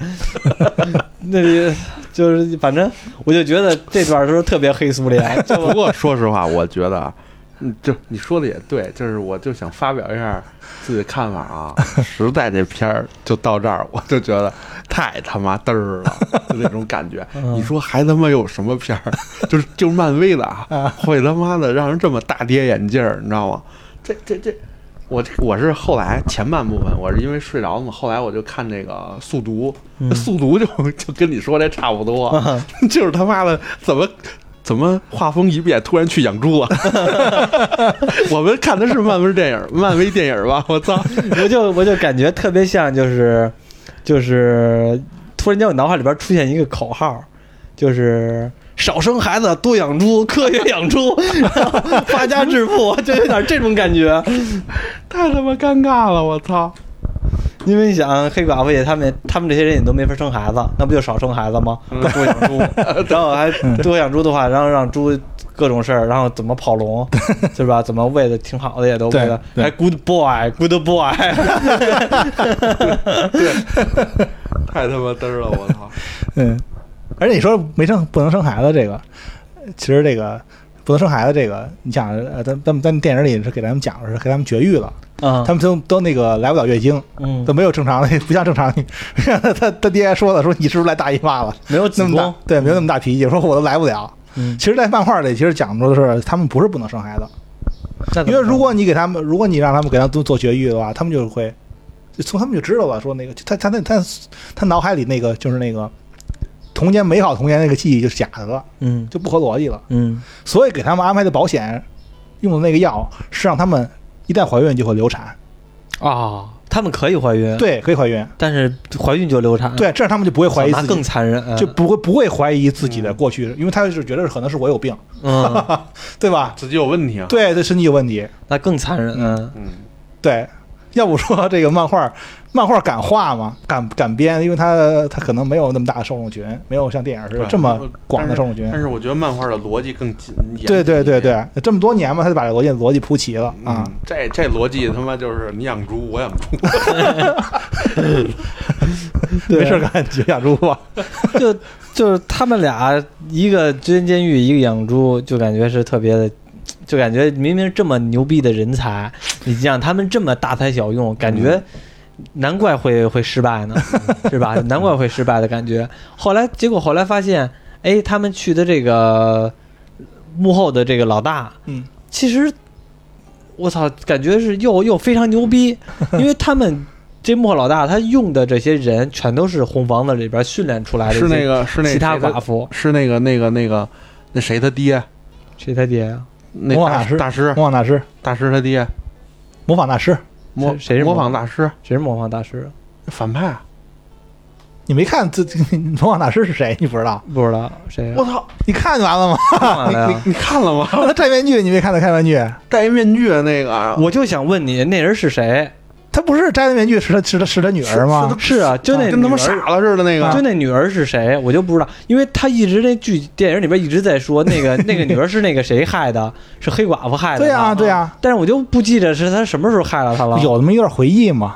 那里就是反正我就觉得这段儿时候特别黑苏联，就
不过说实话，我觉得啊，嗯，就你说的也对，就是我就想发表一下自己的看法啊。 实在这片儿就到这儿，我就觉得太他妈嘚儿了，就那种感 觉。你说还他妈有什么片儿，就是就是漫威的啊，会他妈的让人这么大跌眼镜儿，你知道吗？这这这。我这我是后来前半部分，我是因为睡着了嘛，后来我就看这个《速读》，
嗯
《速读就》就跟你说这差不多，
啊
就是他妈的怎么怎么画风一变，突然去养 猪了？我们看的是漫威电影，漫威电影吧？我操！
我就我就感觉特别像就是就是突然间我脑海里边出现一个口号，就是。少生孩子，多养猪，科学养猪，然后发家致富，就有点这种感觉。
太他妈尴尬了！我操！
因为你想，黑寡妇也他们他们这些人也都没法生孩子，那不就少生孩子吗？多养猪， 然后还多养猪的话，然后让猪各种事儿，然后怎么跑 笼，对吧？怎么喂的挺好的，也都喂的，
对对
还 good boy，good boy，
太他妈嘚儿了！我操！
嗯，而且你说没生不能生孩子这个，其实这个不能生孩子这个，你想，呃，咱咱们咱们电影里是给咱们讲的是给咱们绝育了，
嗯
他们都都那个来不了月经，
嗯，
都没有正常的， 不像正常的。他他爹还说了，说你是不是来大姨妈了？
没有子
那么大
宫，，
对，没有那么大脾气，说我都来不了。
嗯
其实，在漫画里，其实讲究的是他们不是不能生孩子，
那怎么
因为如果你给他们，如果你让他们给他们做做绝育的话，他们就会，就从他们就知道了，说那个他他那他他脑海里那个就是那个童年美好童年那个记忆就是假的了，
嗯
就不合逻辑了。
嗯
所以给他们安排的保险用的那个药是让他们一旦怀孕就会流产，
啊，他们可以怀孕，，
对，可以怀孕，
但是怀孕就流
嗯
产，，
对，这样他们就不会
哦
怀疑
那
自己
更，残忍，
就不会不会怀疑自己
嗯
的过去，因为他是觉得可能是我有病，
嗯，
对吧？
自己有问题啊。，
对，对身体有问题，
那更残 忍，嗯
嗯，
对，要不说这个漫画，漫画敢画吗？敢敢编，因为它它可能没有那么大的受众群，没有像电影似的
对
这么广的受众群
但。是我觉得漫画的逻辑更紧。严
对对对
谨一点，
对，这么多年嘛，他就把这逻辑逻辑铺齐了啊
嗯。，这这逻辑他妈就是你养猪，我养猪，
没事干就养猪吧。
就就是他们俩一个蹲监狱，一个养猪，就感觉是特别的。就感觉明明这么牛逼的人才，你让他们这么大材小用，感觉
嗯
难怪会会失败 呢，是吧？难怪会失败的感觉。后来结果后来发现，哎，他们去的这个幕后的这个老大，
嗯，
其实我操，感觉是又又非常牛 逼，因为他们这幕后老大他用的这些人全都是红房子里边训练出来的一些，
是那个是那个
其他
谁的
寡妇，
是那个那个那个那谁他爹，
谁他爹啊呀、
那
模仿
大
大师
大师
模仿大师，
大师他爹
模仿大师，
模
谁谁是
模
模
仿
仿
大师
谁是模仿大师？
反派啊，
你没看这模仿大师是谁？你不知道？
不知道谁啊呀、
我操，
你看就完了吗？
啊？
你你你看了吗？
他摘面具，你没看他摘面具？
戴一面具的那个啊，
我就想问你，那人是谁？
他不是摘了面具，是他是他是他女儿吗？
是啊，就那
跟他妈
女儿啊
傻了啊似的那个
就，那女儿是谁，我就不知道，因为他一直那剧电影里边一直在说那 个那个女儿是那个谁害的，是黑寡妇害的嘛。啊
对
啊
呀对呀
但是我就不记得是他什么时候害了他了。
有那么一段回忆嘛。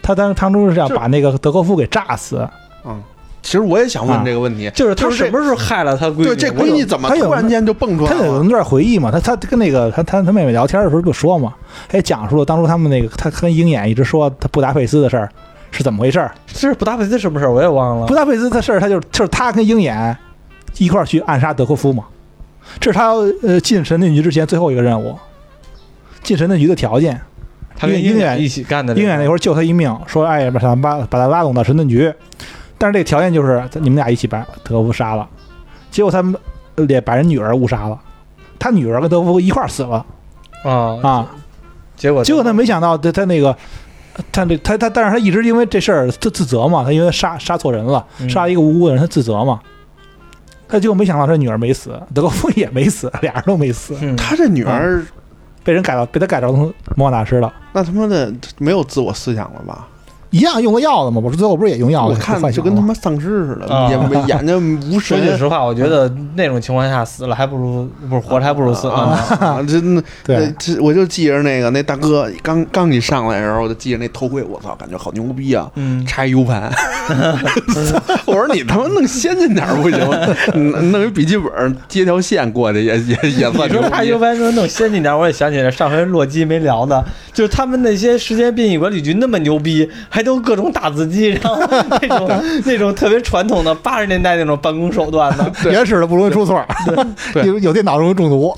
他当时当初是要把那个德国夫给炸死，
嗯，其实我也想问这个问题，
就是他
就是这
什么时候害了他闺女？
对这闺女怎么
他有
突然间就蹦出来
他有
了？
那段回忆嘛？他他跟那个他他他妹妹聊天的时候不说嘛？还讲述了当初他们那个他跟鹰眼一直说他布达佩斯的事儿是怎么回事儿。
是布达佩斯什么事儿我也忘了
布。达佩斯的事儿，他就是就是他跟鹰眼一块儿去暗杀德科夫嘛。这是他呃进神盾局之前最后一个任务，进神盾局的条件。
他跟
鹰
鹰
眼
眼一起干的这
鹰
个。
眼那会儿救他一命，说哎把他把把他拉拢到神盾局，但是这个条件就是你们俩一起把德国夫杀了。结果他们呃也把人女儿误杀了，他女儿跟德国夫一块儿死了
啊，
啊。
结果
结果他没想到，他他那个，他那他他，但是他一直因为这事儿他自责嘛，他因为杀杀错人了，
嗯
杀了一个无辜的人，他自责嘛。他结果没想到他女儿没死，德国夫也没死，俩人都没死，
嗯
他这女儿
被人改造，被他改造成魔法大师了。
那他妈的没有自我思想了吧？
一样用过药的嘛，不是最后不是也用药了？
我看
哦幻
就
想
跟他
了吗
妈丧尸似的，
啊
眼没眼睛无
说 句
神
实话，我觉得那种情况下死了还不如不是活着还不如死呢。
嗯啊！真的，那
对，
这我就记着那个那大哥刚刚一上来的时候，我就记着那头盔，我操，感觉好牛逼啊！
嗯，
拆 U 盘， 我说你他妈弄先进点儿不行吗？ 弄弄一笔记本儿接条线过去也也也算
你
牛
说他 U
逼。
盘说弄先进点，我也想起来上回洛基没聊呢，就是他们那些时间殡仪管理局那么牛逼，还都各种打字机，然后那种 那种特别传统的八十年代那种办公手段 呢，
原始的不容易出错，
对哦
有有电脑容易中 毒，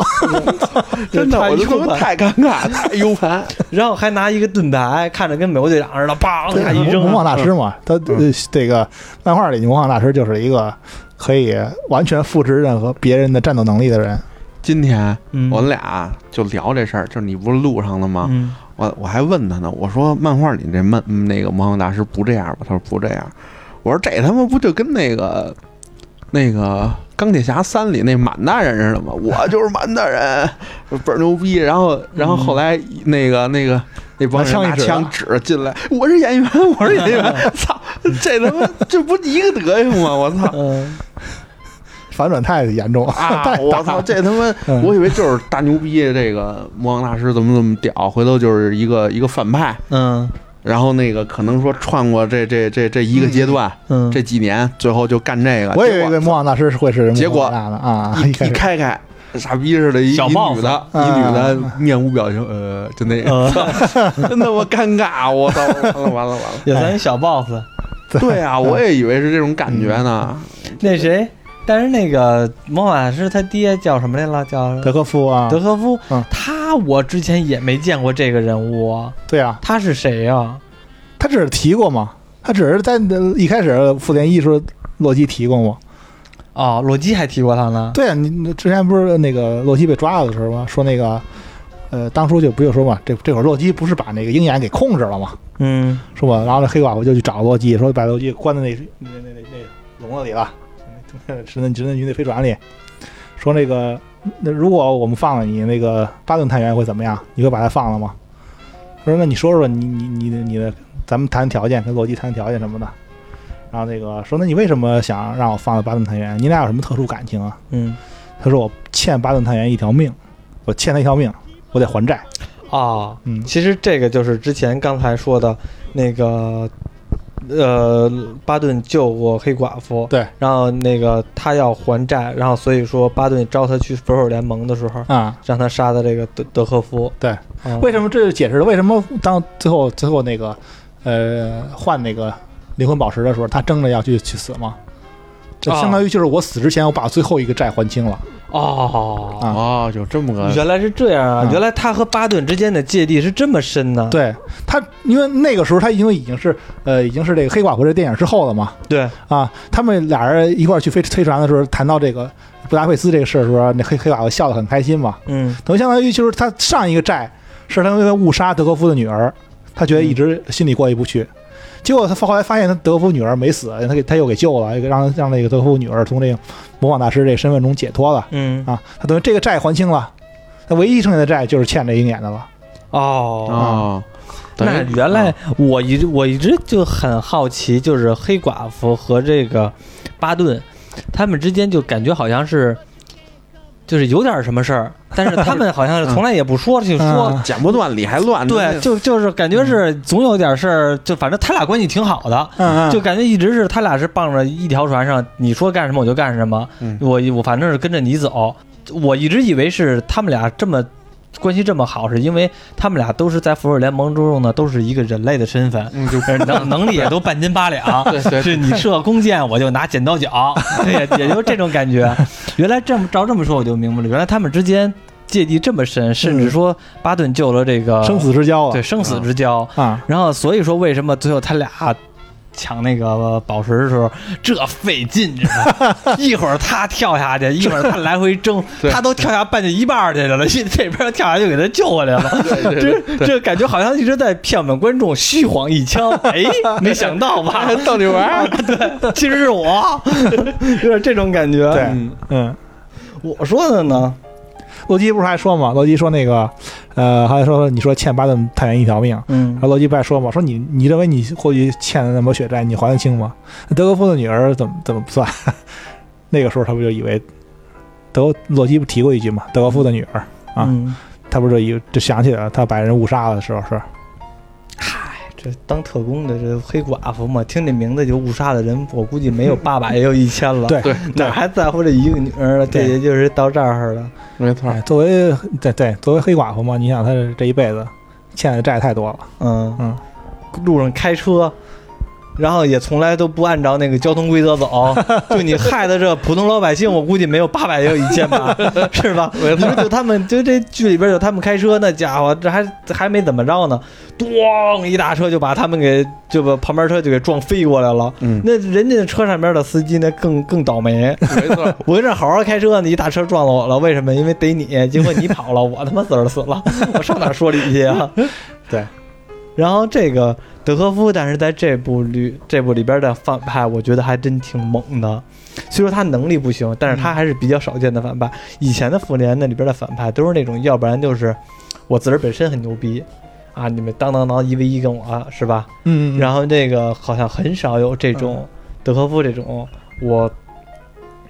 真的，我
就
就
插 U
他妈
盘，
太尴尬，太 U 盘。
然后还拿一个盾牌，看着跟美国队长似的，梆一下一
模
啊
扔
仿，大师嘛，
嗯
他呃这个漫画里模仿大师就是一个可以完全复制任何别人的战斗能力的人。
今天
嗯
我俩就聊这事儿，就是你不是路上了吗？
嗯
我我还问他呢，我说漫画里这漫嗯那个魔方大师不这样吧？他说不这样。我说这他妈不就跟那个那个钢铁侠三里那满大人似的吗？我就是满大人， 倍儿牛逼。然后然后后来那个那个那帮人拿
拿枪一指
枪指着进来，我是演员，我是演员。操，这他妈这不一个德行吗？我操！
嗯，
反转太严重了，
啊！
太
我操，这他妈！
嗯
我以为就是大牛逼，这个魔王大师怎么怎么屌，回头就是一个一个反派，
嗯
然后那个可能说串过这这这这一个阶段，
嗯，
这几年，最后就干这个。
我以为
结果
模仿大师是会是
结果
模仿大的啊，
一
一开
一
始
开开，傻逼似的，一一
小帽
女
子
的，一
啊
女的面无表情，呃，就那个，
嗯
真他妈尴尬，我操，完了完了 完了。
也算一小 boss。
哎
对
嗯
啊，我也以为是这种感觉呢。
那谁，但是那个魔法师他爹叫什么来了？叫
德克夫啊，
德科夫
嗯。
他我之前也没见过这个人物啊，
对啊，
他是谁呀？
他只是提过嘛，他只是在一开始复联一时候洛基提过嘛。
哦，洛基还提过他呢。
对啊，你你之前不是那个洛基被抓了的时候吗？说那个，呃，当初就不就说嘛，这这会儿洛基不是把那个鹰眼给控制了吗？
嗯，
是吧？然后那黑寡妇就去找洛基，说把洛基关在那那那那那笼子里了，直升直升军那飞船里，说那个那如果我们放了你，那个巴顿探员会怎么样？你会把他放了吗？他说那你说说你你你的你的，咱们谈条件，跟洛基谈条件什么的。然后那个说，那你为什么想让我放了巴顿探员？你俩有什么特殊感情啊？
嗯
他说我欠巴顿探员一条命，我欠他一条命，我得还债。
啊，
嗯
其实这个就是之前刚才说的那个，呃，巴顿救过黑寡妇，
对，
然后那个他要还债，然后所以说巴顿招他去复仇者联盟的时候，
啊、
让他杀的这个德德赫夫，
对
嗯，
为什么这就解释了为什么当最后最后那个呃换那个灵魂宝石的时候，他争着要去去死吗？就
啊
相当于就是我死之前，我把最后一个债还清了。
哦。
啊
哦，有这么个，
原来是这样啊！
嗯
原来他和巴顿之间的芥蒂是这么深呢、
对他，因为那个时候他因为已经是呃已经是这个黑寡妇这电影之后了嘛
对
啊，他们俩人一块儿去飞飞船的时候，谈到这个布达佩斯这个事儿的时候，那黑黑寡妇笑得很开心嘛。
嗯
等于相当于就是他上一个债是他因为误杀德国夫的女儿，他觉得一直心里过意不去。结果他后来发现他德国夫女儿没死，他给他又给救了，又给让让那个德国夫女儿从这个魔法大师这身份中解脱了
嗯
啊！他等于这个债还清了，他唯一剩下的债就是欠这鹰眼的了。
哦，
哦，等于
那原来
啊
我一直我一直就很好奇，就是黑寡妇和这个巴顿，他们之间就感觉好像是，就是有点什么事儿，但是他们好像是从来也不说，就说。
啊
剪不断理还乱，
对，就就是感觉是总有点事儿，就反正他俩关系挺好的，
嗯嗯，
就感觉一直是他俩是傍着一条船上，你说干什么我就干什么，
嗯
我我反正是跟着你走。我一直以为是他们俩这么关系这么好，是因为他们俩都是在复仇者联盟中呢，都是一个人类的身份，
嗯，就
能能力也都半斤八两。
对对
是你射弓箭，我就拿剪刀脚，对，也就这种感觉。原来这么照这么说，我就明白了，原来他们之间芥蒂这么深，甚至说巴顿救了这个
生死之交了
对生死之交，
啊！
然后所以说为什么最后他俩抢那个宝石的时候这费劲，你知道 吗？一会儿他跳下去，一会儿他来回争，
对
他都跳下半截一半儿去了， 这这边跳下去给他救回来了。
对对
这这感觉好像一直在骗我们观众虚晃一 枪，哎，没想到吧？
逗你玩儿，
对，其实 是我，有点这种感觉。
对
嗯
嗯，
我说的呢，
洛基不是还说嘛，洛基说那个呃，还说你说欠巴顿探员一条命，
嗯
然后洛基不还说嘛，说你你认为你过去欠的那么血债，你还得清吗？德格夫的女儿怎么怎么不算？ 那个时候他不就以为德洛基不提过一句嘛，德格夫的女儿，啊
嗯，
他不就以就想起来了，他把人误杀了的时候是
这当特工的这黑寡妇嘛，听这名字就误杀的人，我估计没有 八百也有一千了。
对
对
哪还在乎这一个女儿了？这
对
也就是到这儿了。
没错
哎，作为对对作为黑寡妇嘛，你想他这一辈子欠的债太多了，
嗯
嗯，
路上开车，然后也从来都不按照那个交通规则走。就你害的这普通老百姓，我估计没有八百也有一千吧，是吧？你说就他们，就这剧里边有他们开车，那家伙这还还没怎么着呢，咣一大车就把他们给就把旁边车就给撞飞过来了。
嗯，
那人家车上边的司机那更更倒霉，
没错，
我跟这好好开车呢，一大车撞了我了，为什么？因为逮你，结果你跑了， 我他妈死了死了，我上哪儿说理去啊？
对。
然后这个德科夫，但是在这部里这部里边的反派，我觉得还真挺猛的。虽说他能力不行，但是他还是比较少见的反派。以前的复联那里边的反派都是那种，要不然就是我自个儿本身很牛逼啊，你们当当当一 v 一跟我、是吧？
嗯
然后这个好像很少有这种德科夫这种我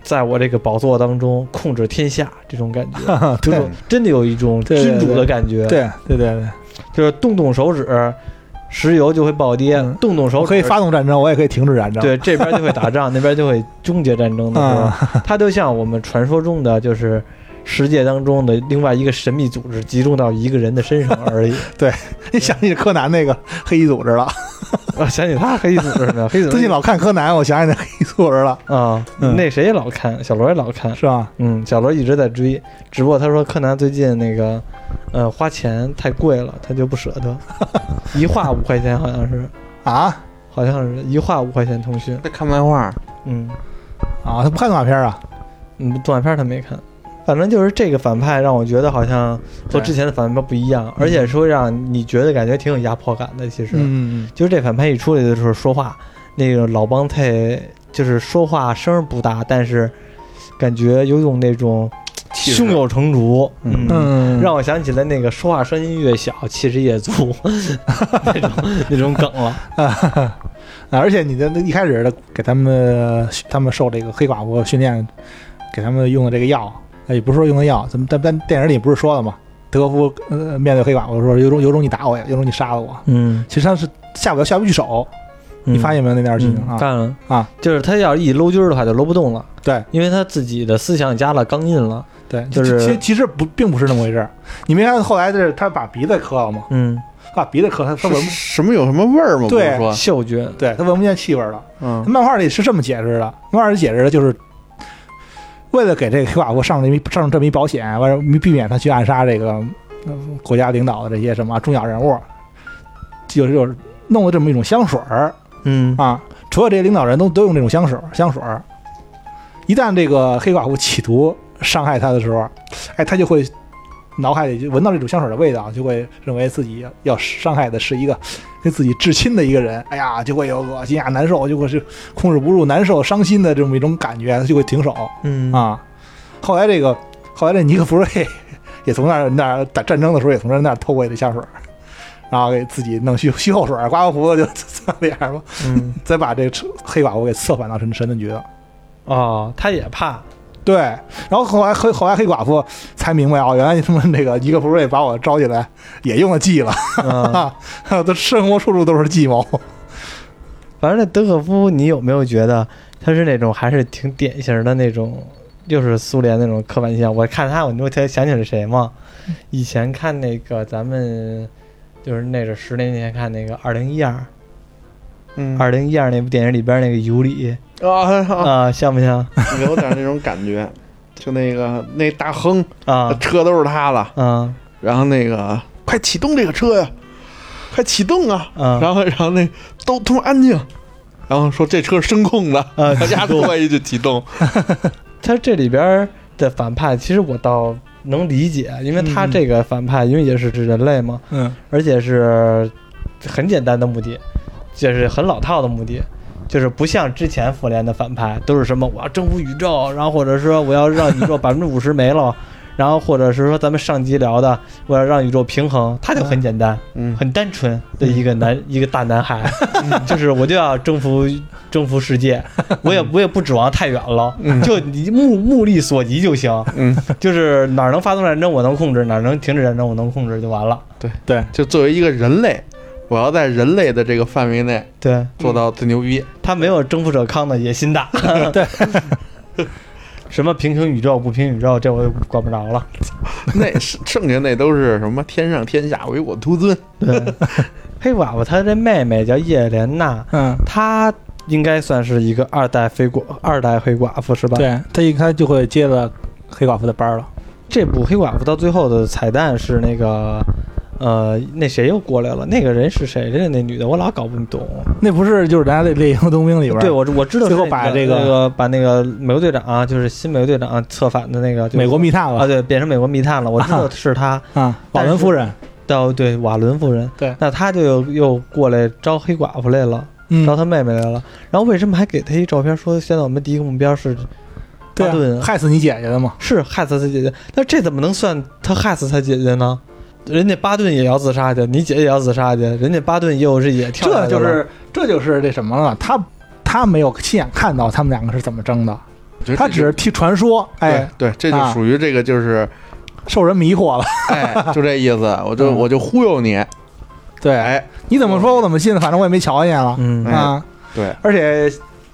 在我这个宝座当中控制天下这种 感觉，
后
就
对
是真的有一种
对对
君主的感觉，
对对对对，
就是动动手指，石油就会暴跌，
嗯
动动手
我
指
可以。发动战争，我也可以停止战争，
对，这 啊边就会打仗，那边就会终结战争的时候，它就像我们传说中的，就是世界当中的另外一个神秘组织集中到一个人的身上而已。
你想起柯南那个 黑衣组织了，
我想起他黑组织呢，黑 组
最
织
近老看柯南，我想起那黑衣组织了，
啊，
嗯
那谁也老看，小罗也老看。
是吧？
嗯，小罗一直在追，只不过他说柯南最近那个，呃，花钱太贵了，他就不舍得， 一画五块钱好像是，
啊
好像是一画五块钱通讯。
在看漫画，
嗯
啊，他不看动画片啊？
嗯，动画片他没看，反正就是这个反派让我觉得好像和
对
之前的反派不一样，而
嗯
且说让你觉得感觉挺有压迫感的。其实，
嗯嗯
就是这反派一出来的时候说话，那个老帮菜就是说话声儿不大，但是感觉有种那种
气势
胸有成竹，
嗯
嗯
让我想起了那个说话声音越小，气势越足那种那种梗了。
啊而且你的那一开始的给他们他们受这个黑寡妇训练，给他们用的这个药，呃也不是说用的药，咱们但但电影里不是说了吗？德国夫呃面对黑寡妇说：“有种有种你打我呀，有种你杀了我。
嗯”，
其实他是下不了下不去手，
你
你发现没有那件事情
嗯
啊？
干了
啊！
就是他要一搂筋儿的话，就搂不动了。
对，
因为他自己的思想加了钢印了。
对，
就
嗯
是
其其其实不并不是那么回事儿。你没看后来这他把鼻子磕了吗？
嗯，
把鼻子磕他他
什
闻
么
不
什么有什么味儿吗？不
对
是说，
嗅觉。
对他闻不见气味了。
嗯，
漫画里是这么解释的，漫画里解释的就是为了给这个黑寡妇上了一上这么一保险，为了避免他去暗杀这个、呃国家领导的这些什么重要人物，就是就是弄了这么一种香水儿
嗯
啊，除了这些领导人都都用这种香水儿香水儿。一旦这个黑寡妇企图伤害他的时候，哎，他就会脑海里就闻到这种香水的味道，就会认为自己要伤害的是一个跟自己至亲的一个人，哎呀，就会有恶心啊、难受，就会是控制不住难受、伤心的这么一种感觉，他就会停手
嗯，
啊。后来这个，后来这尼克弗瑞 也从那儿那儿打战争的时候，也从那儿那儿偷过一个香水儿，然后给自己弄虚虚后水儿，刮刮胡子就 擦脸嘛，
嗯
再把这个黑寡妇给策反到神神盾局了。
哦，他也 怕。
对，然后后来黑后来黑寡妇才明白哦，原来他们那个尼克弗瑞把我招进来也用了计了，
嗯，
这生活处处都是计谋。
反正那德可夫，你有没有觉得他是那种还是挺典型的那种，又是苏联那种刻板印象？我看他，我就特想起了谁嘛？嗯以前看那个咱们就是那是十年前看那个《二零一二》，
嗯
《二零一二》那部电影里边那个尤里
啊啊
啊、像不像
有点那种感觉，就那个那大亨，
啊？
车都是他了，
啊
然后那个快启动这个车呀，快启动啊！
啊
然后然后那都他妈安静，然后说这车声控的，
啊！
大家都一句启动，
他这里边的反派，其实我倒能理解，因为他
嗯
这个反派，因为也是指人类嘛，
嗯
而且是很简单的目的，就是很老套的目的，就是不像之前复联的反派都是什么我要征服宇宙，然后或者说我要让 宇宙百分之五十没了，然后或者是说咱们上集聊的我要让宇宙平衡，他就很简单、
嗯，
很单纯的一个男一个大男孩， 就是我就要征服征服 世界，我也我也不指望太远了，就你目目力所及就行，
嗯，
就是哪儿能发动战争我能控制，哪儿能停止战争我能控制就完了，
对，
就作为一个人类，我要在人类的这个范围内
对。
做到最牛逼，
他没有征服者康的野心大。 对，什么平行宇宙、不平宇宙，这我就管不着了。
那是剩下那都是什么天上天下唯我独尊，
对，黑寡妇她这妹妹叫叶莲娜，
嗯，
她应该算是一个二代黑寡二代黑寡妇是吧？，
对他一他就会接了黑寡妇的班儿了。
这部黑寡妇到最后的彩蛋是那个。呃，那谁又过来了？那个人是谁来着？那女的我老搞不懂。
那不是就是咱家这猎鹰冬兵里边儿，
对，我我知道是
最后
那
把
个
这个
那个把那个美国队长、啊，就是新美国队长、啊、策反的那个，就是
美国密探
啊，
了
对，变成美国密探了。我知 道是他，
啊，
但
保
是
伦夫人，
到对瓦伦夫人，
对
那他就又又过来招黑寡妇来了，
嗯
招他妹妹来了。然后为什么还给他一照片说，现在我们第一个目标是
对
巴顿
啊，
啊
害死你姐姐的嘛，
是害死他姐姐？那这怎么能算他害死他姐姐呢？人家巴顿也要自杀去，你姐也要自杀去，人家巴顿又是也跳下
这
来
就
了
是这就是这什么了，他他没有亲眼看到他们两个是怎么争的，
我觉得
他
这
只
就是
听传说，哎，
对对，这就
啊
属于这个就是
受人迷惑了，
哎，就这意思，我就
嗯
我就忽悠你，
对，
哎，
你怎么说我怎么信，反正我也没瞧见了
嗯
哎
啊，
对，
而且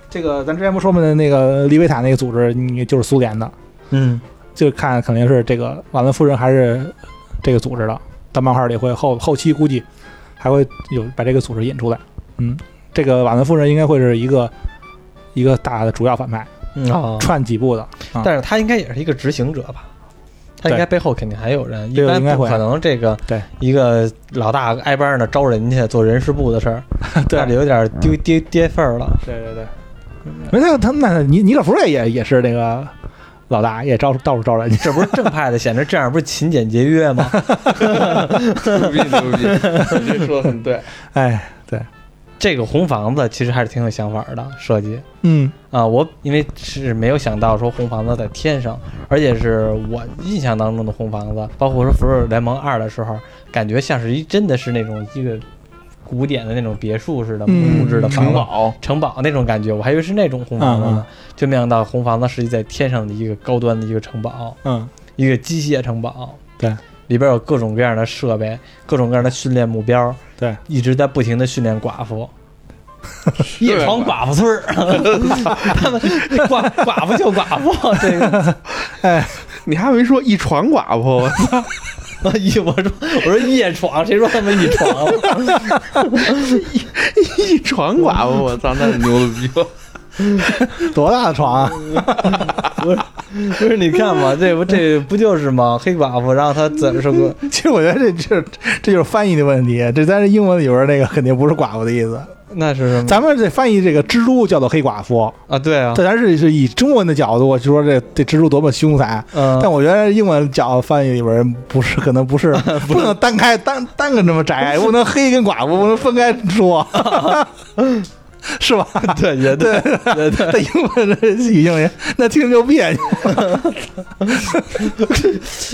这个咱之前不说嘛，那个利维塔那个组织，你就是苏联的，
嗯
就看肯定是这个瓦伦夫人还是这个组织的，到漫画里会后后期估计还会有把这个组织引出来。嗯，这个瓦伦夫人应该会是一个一个大的主要反派，
嗯
啊
串几部的。啊
但是他应该也是一个执行者吧？他应该背后肯定还有人，一
对
般
应该
不
会
可能这个
对
一个老大挨班儿呢招人去做人事部的事儿，
对
那就有点丢丢跌份儿了。
对对对，没他他那尼尼可夫瑞也也是这个老大，也招到处招人去。
这不是正派的，显得这样不是勤俭节约吗？
牛逼牛逼，你这说的很 对。
哎，
这个红房子其实还是挺有想法的设计
嗯
啊、我因为是没有想到说红房子在天上，而且是我印象当中的红房子，包括说《复仇者联盟二》的时候，感觉像是一真的是那种一个古典的那种别墅似的
嗯
木质的
城
房子。
堡，
城堡那种感觉，我还以为是那种红房子
嗯
呢，就没想到红房子实际在天上的一个高端的一个城堡，
嗯，
一个机械城堡。
对，
里边有各种各样的设备，各种各样的训练目标。
对，
一直在不停的训练寡妇。夜闯寡妇 村儿，他们寡寡妇救寡妇，这 个
你还没说一床寡妇，
一我说我说夜闯，谁说他们一 闯啊了？
一床寡妇，我操，那是牛了逼了。
多大的床啊？
不是你看嘛，这不这不就是嘛，黑寡妇，然后她怎么是个
其实我觉得这这这就是翻译的问题，这咱这英文里边那个肯定不是寡妇的意思。
那是什么
咱们这翻译这个蜘蛛叫做黑寡妇，
啊？对啊，
这咱是是以中文的角度就说这这蜘蛛多么凶残，
嗯，
但我觉得英文角翻译里边不是，可能不 是不能单开单单个这么摘，不能黑跟寡妇不能分开 说，是吧？
对也对也对，
在英文的语境里，那听着就别扭。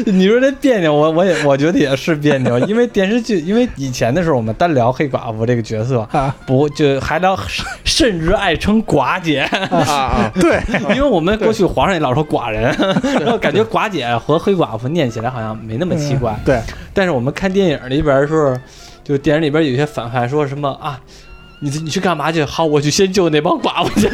你说这别扭，我我也我觉得也是别扭，因为电视剧，因为以前的时候我们单聊黑寡妇这个角色，
啊
不就还聊，甚至爱称寡姐，
啊啊！
对，
因为我们过去皇上也老说寡人，然后感觉寡姐和黑寡妇念起来好像没那么奇怪，
对，
但是我们看电影里边儿的时候，就电影里边儿有些反派说什么啊。你你去干嘛去？好，我去先救那帮寡妇去。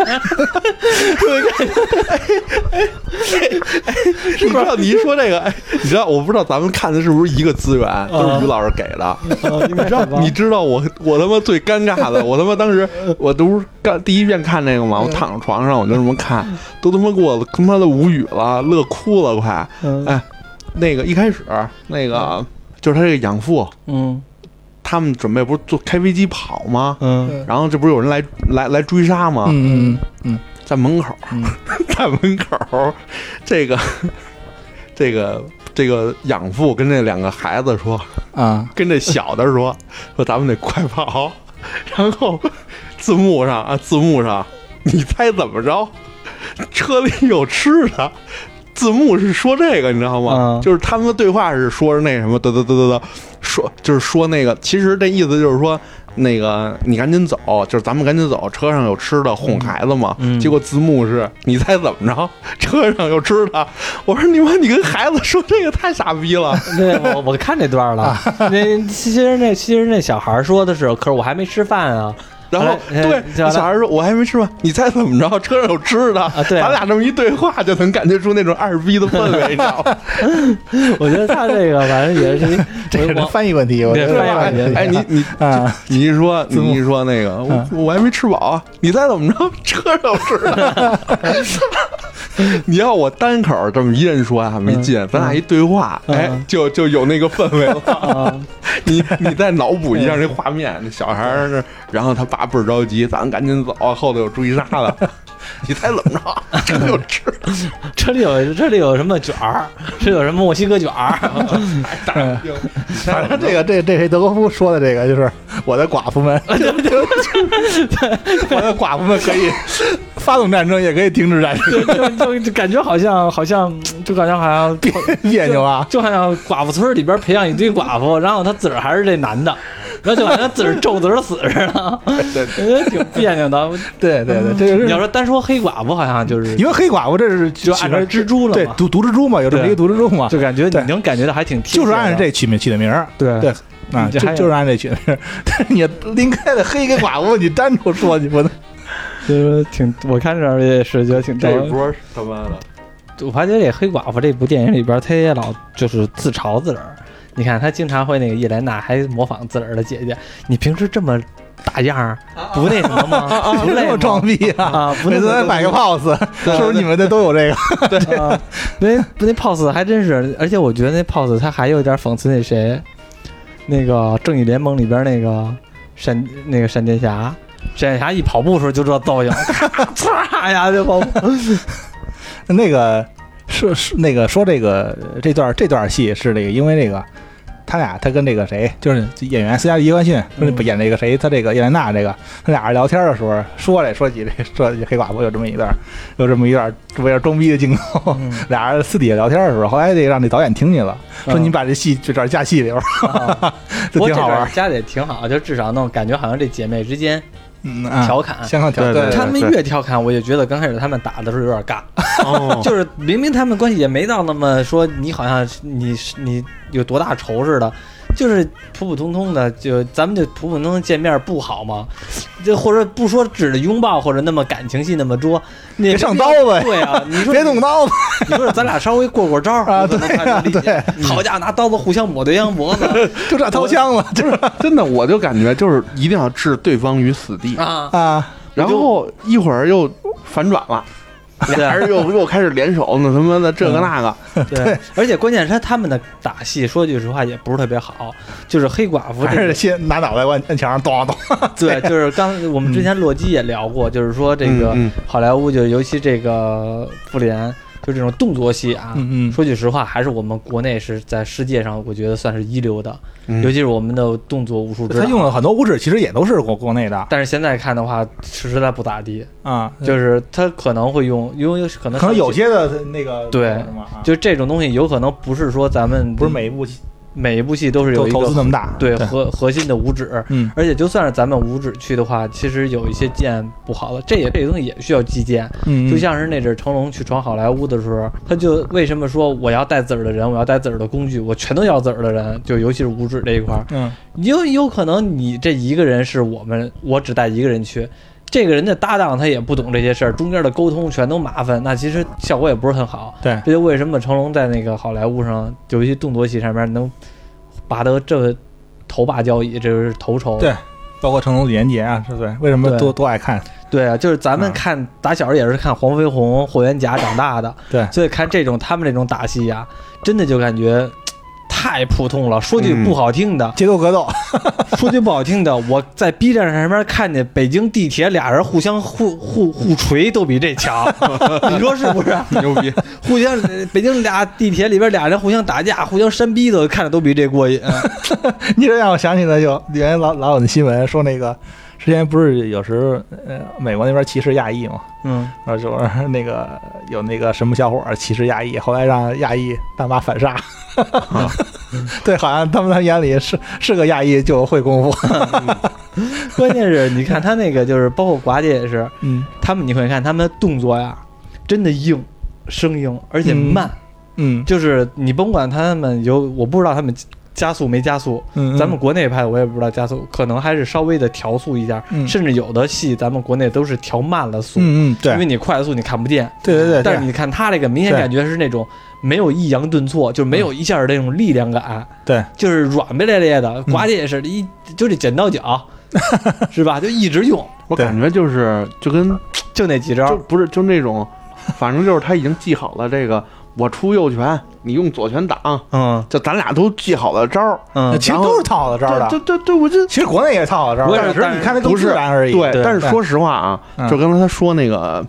你知道你一说这个，哎，你知道我不知道咱们看的是不是一个资源，都是于老师给的。
你知道
你知道我我他妈最尴尬的，我他妈当时我都不是刚第一遍看那个嘛，我躺床上我就这么看，都他妈给我他妈的无语了，乐哭了快。哎，那个一开始那个就是他这个养父，
嗯
他们准备不是坐开飞机跑吗？
嗯
然后这不是有人来来来追杀吗？
嗯嗯嗯
在门口，
嗯
在门口，这个这个这个养父跟这两个孩子说，
嗯啊，
跟这小的说说咱们得快跑，然后字幕上啊字幕上，你猜怎么着？车里有吃的。字幕是说这个，你知道吗？
嗯
就是他们的对话是说是那什么，得得得得得，说就是说那个，其实这意思就是说，那个你赶紧走，就是咱们赶紧走，车上有吃的，哄孩子嘛。
嗯
结果字幕是，你猜怎么着？车上有吃的。我说你妈，你跟孩子说这个太傻逼了。
对，啊我我看这段了。那其实那其实那小孩说的是，可是我还没吃饭啊。
然后
后来
对
呃
小
小
孩
孩
说：“我还没吃饭，你猜怎么着？车上有吃的。”
啊 对
咱俩这么一对话，就能感觉出那种二逼的氛围，你知道吗？
我觉得他这个反正也是 一
这是
我
翻译问题，我觉
对
得
翻译
哎
问题
哎，你你
啊，
你一说
字幕
你一说那个，我
嗯
我还没吃饱啊，你猜怎么着？车上有吃的。 你要我单口这么一人说啊，没
嗯
劲。咱俩一对话，哎，就就有那个氛 围了。
啊，
你你再脑补一下这画面，那小孩儿是，然后他爸倍儿着急，咱们赶紧走，后头有追杀的。 你猜怎么着？车上有吃的。
这里有这里有什么卷儿？这有什么墨西哥卷儿？
反正 这个这这谁德国夫说的这个就是我的寡妇 们，我的寡妇们可以发动战争，也可以停止战争，
就就就感觉好像好像就感觉好像别
别扭啊。
就好像寡妇村里边培养一堆寡妇，然后他自个儿还是这男的，然后就好像自个儿咒自个儿死似 的，
对
我觉得挺别扭的。
对对对，这
你
就
要
是
说单说黑寡妇，好像 就是
因为黑寡妇这是就
按照蜘蛛了嘛
对，毒毒蜘蛛嘛，有这么一个
对
毒蜘蛛嘛，
就感觉你
对
能感觉到还挺贴切
就
的
是按这取名起的名儿，
对
对啊，
你这
就
还有
就是按这取的名儿。 但是你拎开了黑跟寡妇，你单独说你不能
就是挺，我看这儿也是觉得挺 逗
这
的。
一波他妈的，
我发觉这黑寡妇这部电影里边，她也老就是自嘲自个儿。你看，她经常会那个叶莲娜还模仿自个儿的姐姐。你平时这么大样儿，不那什么吗？不累
这
啊吗
么装逼啊！
啊？不
每
那
次
个
还摆个 pose，是不是你们的都有这个？
啊，那那 pose 还真是，而且我觉得那 pose 他还有点讽刺那谁，那个正义联盟里边那个闪那个闪电侠，闪电侠一跑步的时候就这造型，唰呀就跑步。
那个是是那个说这个这段这段戏是那个因为那个他俩他跟那个谁就是演员斯嘉丽约翰逊说
嗯
演那个谁他这个叶莲娜这个他俩人聊天的时候说来说起这说起黑寡妇有这么一段有这么一段为了装逼的镜头， 俩人私底下聊天的时候，后来这个让那导演听见了，说
嗯
你把这戏这段加戏里边儿，
啊
这挺好玩儿。
加的也挺好，就至少弄感觉好像这姐妹之间
嗯啊，
调侃。
香港调
对对
他
对
们越调侃，我就觉得刚开始他们打的时候有点尬，
哦，
就是明明他们关系也没到那么说你好像是你是你有多大仇似的，就是普普通通的，就咱们就普普通通见面不好吗？就或者不说指着拥抱或者那么感情戏那么捉，你也
别上
没必
刀
要
呗
对啊，你说
别动刀子，
你说咱俩稍微过过招儿
啊
我可能还能理解
对啊
好家伙，拿刀子互相抹对 方脖子
就这掏枪了，就是
真的，我就感觉就是一定要置对方于死地，
啊，
啊，
然后一会儿又反转了，俩人又又开始联手，那他妈的
嗯
这个那个，
对，而且关键是他们的打戏，说句实话也不是特别好，就是黑寡妇
还
这个
是先拿脑袋往按墙上咚咚。
对，就是刚我们之前洛基也聊过，就是说这个
嗯嗯嗯
好莱坞，就是尤其这个复联，就这种动作戏啊。
嗯嗯
说句实话，还是我们国内是在世界上，我觉得算是一流的，
嗯
尤其是我们的动作武术指
他
导。
用了很多武指，其实也都是国国内的
但是现在看的话，实实在不咋地，
啊，
嗯
就是他可能会用，因为可能
可能有些的那个
对
什么啊
就这种东西，有可能不是说咱们
不是每一部
每一部戏都是有
都
一
投资
个
那么大，
对核核心的武指，
嗯
而且就算是咱们五指去的话，其实有一些剑不好了，这也这个东西也需要击剑。
嗯，
就像是那阵儿成龙去闯好莱坞的时候，他就为什么说我要带自个儿的人，我要带自个儿的工具，我全都要自个儿的人，就尤其是五指这一块儿，
嗯
有有可能你这一个人是我们，我只带一个人去。这个人的搭档他也不懂这些事儿，中间的沟通全都麻烦，那其实效果也不是很好。
对
这就为什么成龙在那个好莱坞上，有一些动作戏上面能拔得这么头把交椅，这是头筹。
对包括成龙、李连杰啊，是不是？为什么
对
都都爱看？
对啊，就是咱们
嗯
看、打小也是看黄飞鸿、霍元甲长大的，
对
所以看这种他们这种打戏呀、真的就感觉嘖太普通了。说句
嗯
不好听的，
节奏格斗，
说句不好听的，我在 B 站上面看见北京地铁俩人互相互互互锤都比这强，你说是不是？
牛逼，
互相呃北京俩地铁里边俩人互相打架、互相扇逼的，看着都比这过瘾。
你这让我想起来有原来老老有那新闻说那个之前不是有时候呃美国那边歧视亚裔嘛，
嗯，
然后就是那个有那个什么小伙儿歧视亚裔，后来让亚裔大妈反杀。
啊
对，好像他们他们眼里是是个亚裔就会功夫。
关键是你看他那个就是包括寡姐也是，
嗯
他们你会看他们的动作呀，真的硬，生硬，而且慢。
嗯
就是你甭管他们有，我不知道他们加速没加速，
嗯，
咱们国内拍的我也不知道加速，可能还是稍微的调速一下，
嗯
甚至有的戏咱们国内都是调慢了速，
嗯嗯对
因为你快速你看不见。
对对对，
但是你看他这个，明显
对
感觉是那种没有抑扬顿挫，就是没有一下儿那种力量感，
对
就是软不咧咧的。寡姐也是一就这剪 刀脚，是吧？就一直用，
我感觉就是就跟
啊
就那几招
就
儿。
不是就那种，反正就是他已经记好了这个，我出右拳，你用左拳挡，
嗯
就咱俩都记好了招儿。
嗯
其实都是套的招儿
对
的。
对对，我这
其实国内也是套的招
我也
儿，
是
只是你看它更自然而已。
对，
对
但是说实话啊，
嗯
就刚才他说那个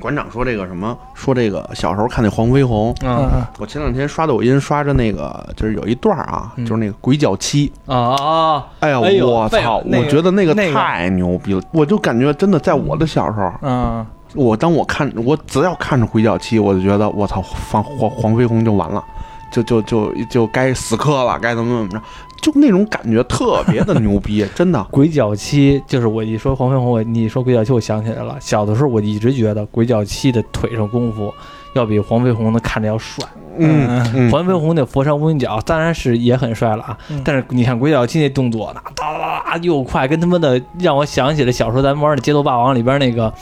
馆长说这个什么，说这个小时候看那黄飞鸿。
嗯
嗯
啊
嗯
我前两天刷抖音，刷着那个就是有一段儿啊，
嗯
就是那个鬼脚七，
啊！啊
哎呀，
哎呦
我
废了
操！
那个
我觉得那个
那个
太牛逼了，我就感觉真的，在我的小时候，
嗯，
我当我看我只要看着鬼脚七，我就觉得我操，放黄黄飞鸿就完了，就就就就该死磕了，该怎么怎么着，就那种感觉特别的牛逼， 真的。
鬼脚七就是我一说黄飞鸿，我你一说鬼脚七，我想起来了。小的时候我一直觉得鬼脚七的腿上功夫要比黄飞鸿的看着要帅。
嗯嗯，
黄飞鸿那佛山无影脚当然是也很帅了啊，但是你看鬼脚七那动作，那哒哒哒哒又快，跟他妈的让我想起了小时候咱们玩的《街头霸王》里边那个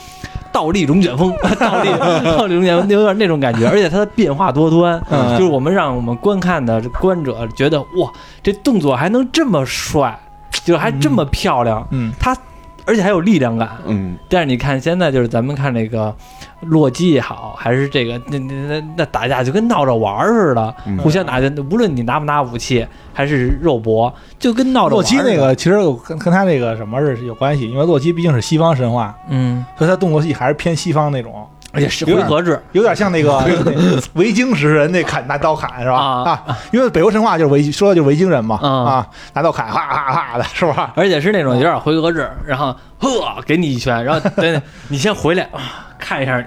倒立龙卷风，倒立倒立龙卷风，有点那种感觉，而且它的变化多端，
嗯
就是我们让我们观看的观者觉得哇，这动作还能这么帅，就是还这么漂亮，
嗯
而且还有力量感。
嗯，
但是你看现在就是咱们看那个洛基也好，还是这个那那那那打架就跟闹着玩儿似的，
嗯
互相打架，无论你拿不拿武器，还是肉搏，就跟闹着
洛
玩儿
基
似的。
那个其实有跟跟他那个什么是有关系，因为洛基毕竟是西方神话，
嗯，
所以他动作戏还是偏西方那种，
而且是
有
回
点
合制，
有点像那个 那维京时人那砍拿刀砍是吧？
啊
啊，因为北欧神话就是维说的就是维京人嘛，
嗯
啊，拿刀砍哈哈哈的是吧？
而且是那种有点回合制，然后呵给你一拳，然后等你先回来啊看一下你。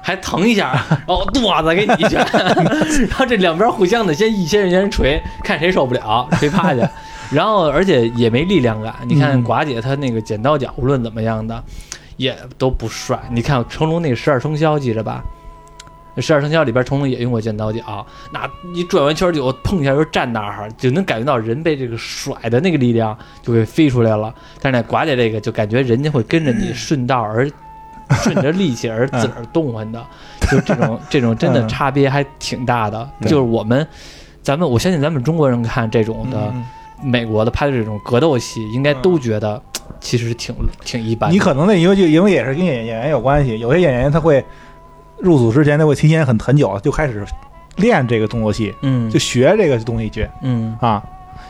还疼一下，然后嘚子给你一拳，然后这两边互相的先一些人先锤，看谁受不了，谁趴下。然后而且也没力量感，你看
嗯
寡姐她那个剪刀脚，无论怎么样的，也都不帅。你看成龙那十二生肖，记着吧？十二生肖里边，成龙也用过剪刀脚，那一转完圈就碰一下就站那儿，就能感觉到人被这个甩的那个力量就给飞出来了。但是那寡姐这个，就感觉人家会跟着你顺道而。顺着力气而自个儿动换的，就这 种这种真的
嗯
差别还挺大的。
对
就是我们，咱们我相信咱们中国人看这种的，
嗯
美国的拍的这种格斗戏，应该都觉得其实挺挺一般的。
你可能那因为就因为也是跟演演员有关系，有些演员他会入组之前他会提前很很久就开始练这个动作戏，
嗯
就学这个东西去
嗯，
啊。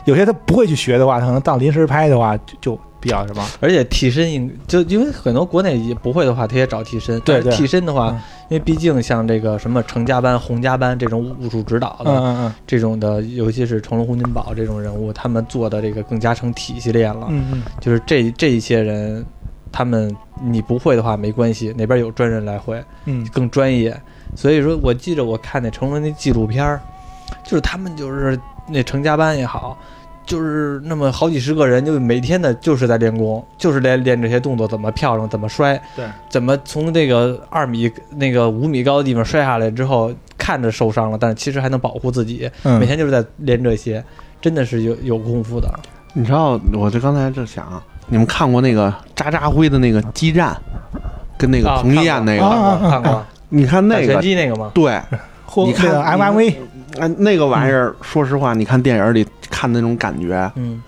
有些他不会去学的话，他可能到临时拍的话就就比较什么，
而且替身应就因为很多国内也不会的话，他也找替身。
对
但是
对
替身的话
嗯，
因为毕竟像这个什么程家班、洪家班这种武术指导
嗯
的
嗯嗯
这种的，尤其是成龙、洪金宝这种人物，他们做的这个更加成体系列了。
嗯嗯。
就是这这一些人，他们你不会的话没关系，哪边有专人来会。
嗯
更专业。所以说我记着我看那成龙那纪录片儿，就是他们就是那成家班也好，就是那么好几十个人，就每天的就是在练功，就是练练这些动作，怎么漂亮，怎么摔，
对，
怎么从这个二米那个五米高的地方摔下来之后，看着受伤了，但是其实还能保护自己，
嗯
每天就是在练这些。真的是有有功夫的，
你知道我这刚才就想啊，你们看过那个渣渣辉的那个激战，跟那个
啊
彭于晏那个，
看过啊
看过
你看
打
那
拳
个
击那个吗？
对，
或
你看
那个 MMV，
哎，那个玩意儿，说实话，你看电影里看的那种感觉，
嗯，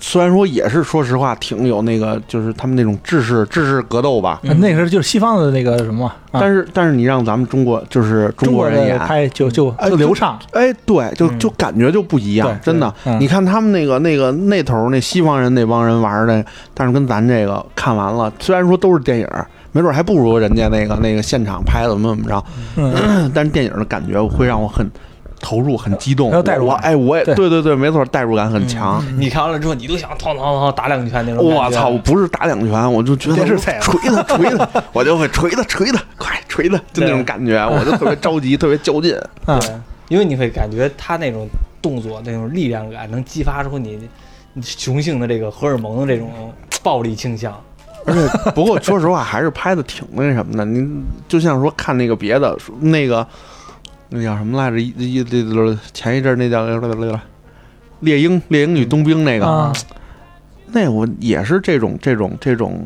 虽然说也是说实话挺有那个，就是他们那种制式制式格斗吧，
嗯
那时候就是西方的那个什么嘛，啊
但是但是你让咱们中国就是中
中
国人
的
演，
拍就就
哎
啊就流畅，
哎，对，就
嗯
就感觉就不一样，
对
真的。
对嗯
你看他们那个那个那头儿那西方人那帮人玩儿的，但是跟咱这个看完了，虽然说都是电影儿，没准儿还不如人家那个那个现场拍的怎么怎么着，
嗯，
但是电影的感觉会让我很投入、很激动，
还有代入
我我
感
哎，我也
对
对对对，没错，代入感很强。
你看完了之后，你都想哐哐哐打两拳那
嗯
种。
我操！我！不是打两拳，我就觉得
电视
我
菜啊
锤他锤他， 我就会锤他锤他，快锤他，就那种感觉，我就特别着急，特别较劲。
嗯
对，因为你会感觉他那种动作、那种力量感，能激发出你你雄性的这个荷尔蒙的这种暴力倾向。
而且，不过说实话，还是拍的挺那什么的。您就像说看那个别的，说那个那叫什么来着？一一一前一阵儿那叫猎鹰猎鹰与冬兵那个，
啊，
那我也是这种这种这种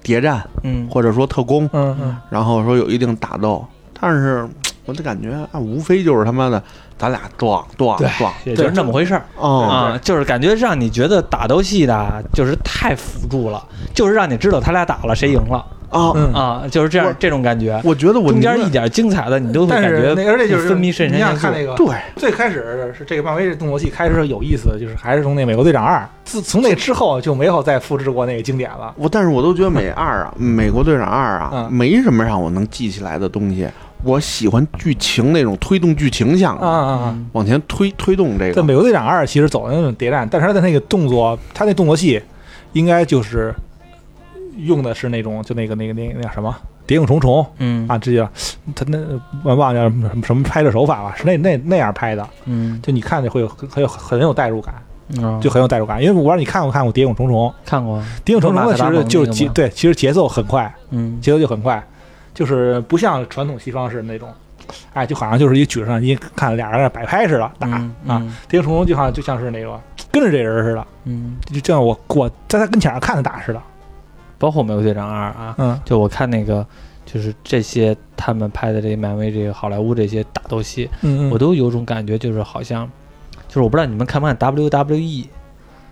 谍战
嗯，
或者说特工，
嗯嗯，
然后说有一定打斗，但是我就感觉啊，无非就是他妈的咱俩撞撞撞，
也就是那么回事儿
嗯
哦，
啊，就是感觉让你觉得打斗戏的，就是太辅助了，就是让你知道他俩打了谁赢了
啊，
嗯
啊，就是这
我
样这种感觉。
我觉得我
中间
宁
一
愿
点精彩的你都会
但
感
是
觉
那而且就是
分泌肾上
你想
腺素
看。那个
对
最开始是这个漫威动作戏开始有意思的，就是还是从那《美国队长二》自从那之后就没有再复制过那个经典了。
我，但是我都觉 得美二啊，美国队长二啊，
嗯
没什么让我能记起来的东西。我喜欢剧情那种推动剧情向
啊
的，
啊啊！
嗯
往前推推动这
这《
个。
美国队长二》其实走的那种谍战，但是他的那个动作，他那动作戏应该就是用的是那种就那个那个那个那叫什么《谍影重重》
嗯
啊，这叫他那我忘了叫什么什么什么拍摄手法吧，是那那那样拍的，
嗯，
就你看着会有很有很有代入感，
啊
就很有代入感。因为我不知道你看没看过《谍影重重》，
看过。
《谍影重重》的其实就是
马特达蒙那个
节
吗
对，其实节奏很快，
嗯，
节奏就很快，就是不像传统西方式那种，哎，就好像就是一举上一看俩人在那摆拍似的打、
嗯，
啊，《谍影重重》就好像就像是那个跟着这人似的，
嗯，
就像我我在他跟前儿看他打似的，
包括《美国队长二》啊，
嗯
就我看那个就是这些他们拍的这些漫威这个好莱坞这些打斗戏，
嗯，
我都有种感觉，就是好像，就是我不知道你们看不看 WWE，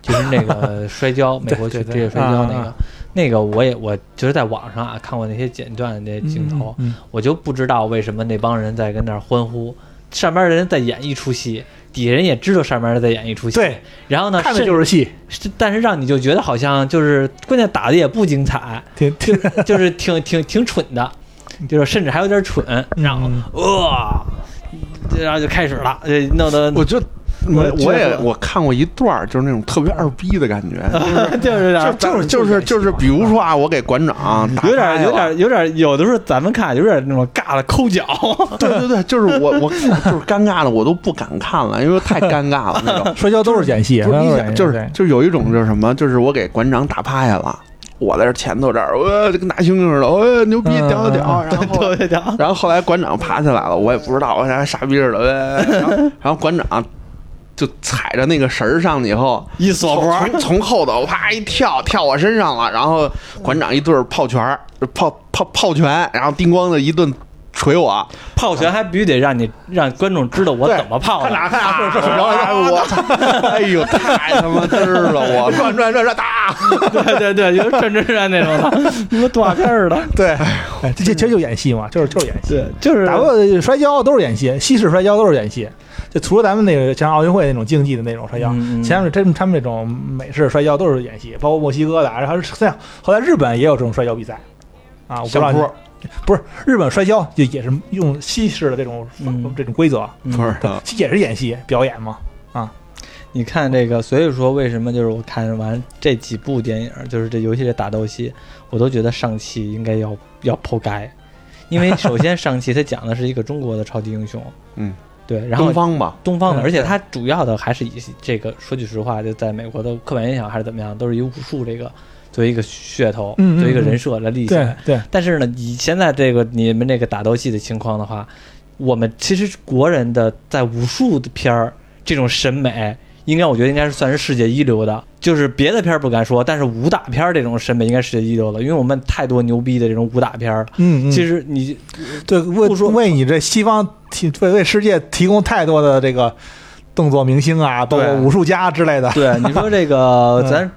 就是那 个摔
哦
跤，美国
对
去
对
职业摔跤那
啊
个，那个我也我就是在网上啊看过那些剪断的那镜头，
嗯，
我就不知道为什么那帮人在跟那儿欢呼，上边人在演一出戏，底下人也知道上边人在演一出戏，
对，
然后呢，
看的
甚
就是戏，
是但是让你就觉得好像啊就是关键打的也不精彩，
挺 挺
就是挺挺挺蠢的，就是甚至还有点蠢，然后
嗯
哇，然后就开始了，呃，弄得
我就我
我
我也
觉得嗯
我看过一段儿，就是那种特别二逼的感觉，
就是
就就是就是就是，比如说啊，我给馆长打
有点
开
有
了
点有点，有的时候咱们看有点那种尬的抠脚，
对对对，就是 我我就是尴尬的，我都不敢看了，因为太尴尬了那种。
摔跤都是演戏，
不是你
摔跤
想，
都
就是是
演戏
就是有一种就是什么，就是我给馆长打趴下了，我在这前头这儿，我就跟大猩猩似的，我牛逼
嗯
屌
嗯
屌，然后
哦
对对对，
然后后来馆长爬起来了，我也不知道我像傻逼似的，喂然后然后馆长就踩着那个绳儿上去以后。
一锁脖
从从后头啪一跳，跳我身上了，然后馆长一顿炮拳儿，炮炮炮拳，然后叮咣的一顿捶我，
泡拳还必须得让你让观众知道我
对
怎么泡
他
的，
哪看啊？我操！哎呦，太他妈嘚儿了！我转转转转，打！
对对对，有点转真转那种 的，你们动画片儿的，
对，哎这这其实就演戏嘛，就是就是演戏。
对，就是
打过摔跤都是演戏，西式摔跤都是演戏，就除了咱们那个像奥运会那种竞技的那种摔跤，
嗯嗯
其他们真他们这种美式摔跤都是演戏，包括墨西哥的，然后是这样，后来日本也有这种摔跤比赛啊，我不知道
相
你
扑
不是日本摔跤就也是用西式的这种、
嗯
这种规则，
不是啊
也是演戏表演嘛，
你看这个，所以说为什么就是我看完这几部电影，就是这尤其这打斗戏，我都觉得上汽应该要要剖开，因为首先上汽它讲的是一个中国的超级英雄，
嗯，
对，然后
东方吧，
东方的，
嗯
而且它主要的还是以这个说句实话，就在美国的刻板印象还是怎么样，都是以武术这个作为一个噱头，
嗯嗯
作为一个
嗯
人设来立起来
对。对，
但是呢，以现在这个你们这个打斗戏的情况的话，我们其实国人的在武术的片儿这种审美，应该我觉得应该是算是世界一流的。就是别的片儿不敢说，但是武打片儿这种审美应该是世界一流的，因为我们太多牛逼的这种武打片儿了。
嗯嗯，
其实你
对为
不说
为你这西方提为为世界提供太多的这个动作明星啊，包括
对
武术家之类的，
对 你说这个
嗯
咱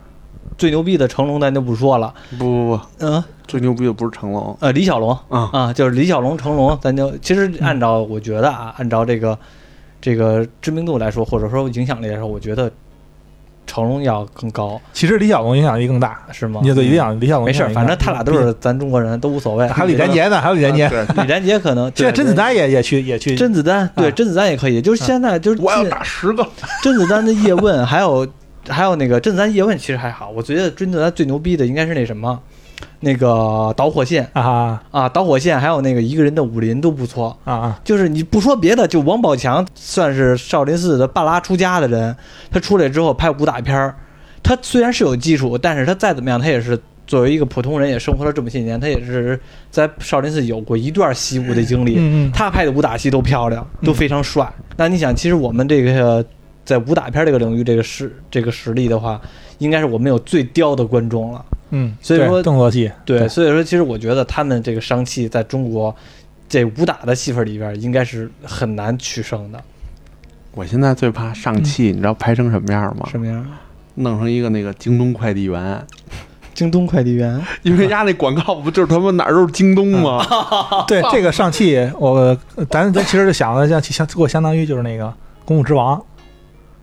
最牛逼的成龙咱就不说了，
不不不，
嗯
最牛逼的不是成龙
呃李小龙，
啊，
啊，就是李小龙、成龙，咱就其实按照我觉得啊，按照这个这个知名度来说，或者说影响力来说，我觉得成龙要更高，
其实李小龙影响力更大，
是吗？嗯
你对李小李小龙
没事儿，
影响
反
力
正他俩都
更大
是咱中国人，都无所谓。
还有李连，杰呢，还有李连杰。
啊
李
对，
连杰可能
现在甄子。
对
丹也也去也去，
对甄子丹对
啊
甄子丹也可以，就是现在就是
我要
进
打十个，
甄子丹的叶问，还有还有那个甄子丹叶问其实还好，我觉得甄子丹最牛逼的应该是那什么，那个导火线
啊啊
啊，导火线还有那个一个人的武林都不错，
啊！
就是你不说别的，就王宝强算是少林寺的半拉出家的人，他出来之后拍武打片儿，他虽然是有基础，但是他再怎么样，他也是作为一个普通人，也生活了这么些年，他也是在少林寺有过一段习武的经历。
嗯嗯，
他拍的武打戏都漂亮，都非常帅。那你想，其实我们这个在武打片这个领域，这个实这个实力的话，应该是我们有最刁的观众了。
嗯，
所以
对
说
动作戏
对，所以说其实我觉得他们这个商气在中国这武打的戏份里边，应该是很难取胜的。
我现在最怕上汽，你知道拍嗯成什么样吗？
什么样？
弄成一个那个京东快递员，
京东快递员，
因为人家那广告不就是他妈哪儿都是京东吗？
哦
对这个上汽，我咱咱其实就想了，像相我相当于就是那个《功夫之王》，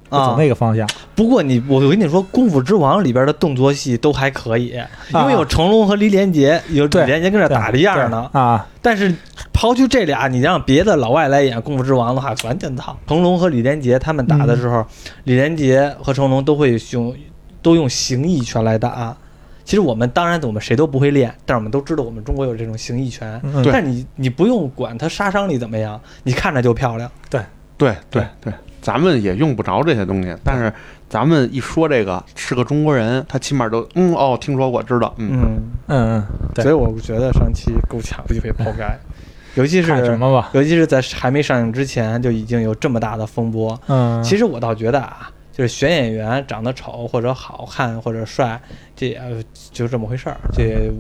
就走
啊
那个方向。
不过你，我跟你说，《功夫之王》里边的动作戏都还可以，因为有成龙和李连杰，有李
对
连杰跟这打着
对
样儿呢。
啊，
但是刨去这俩，你让别的老外来演《功夫之王》的话，完全操。成龙和李连杰他们打的时候，李连杰和成龙都会用都用形意拳来打。其实我们当然我们谁都不会练，但是我们都知道我们中国有这种形意拳。
嗯
对
但你你不用管它杀伤力怎么样，你看着就漂亮。
对对对，咱们也用不着这些东西，但是咱们一说这个是个中国人，他起码都嗯哦，听说过，知道，嗯，
嗯，
嗯对
所以我觉得上期够呛就被 抛开，尤其
嗯，看什
是
么吧？
尤其是在还没上映之前就已经有这么大的风波。
嗯，
其
实
实我倒觉得啊，
就是选演员长得丑或者好看或者帅，这也就这么回事儿，这也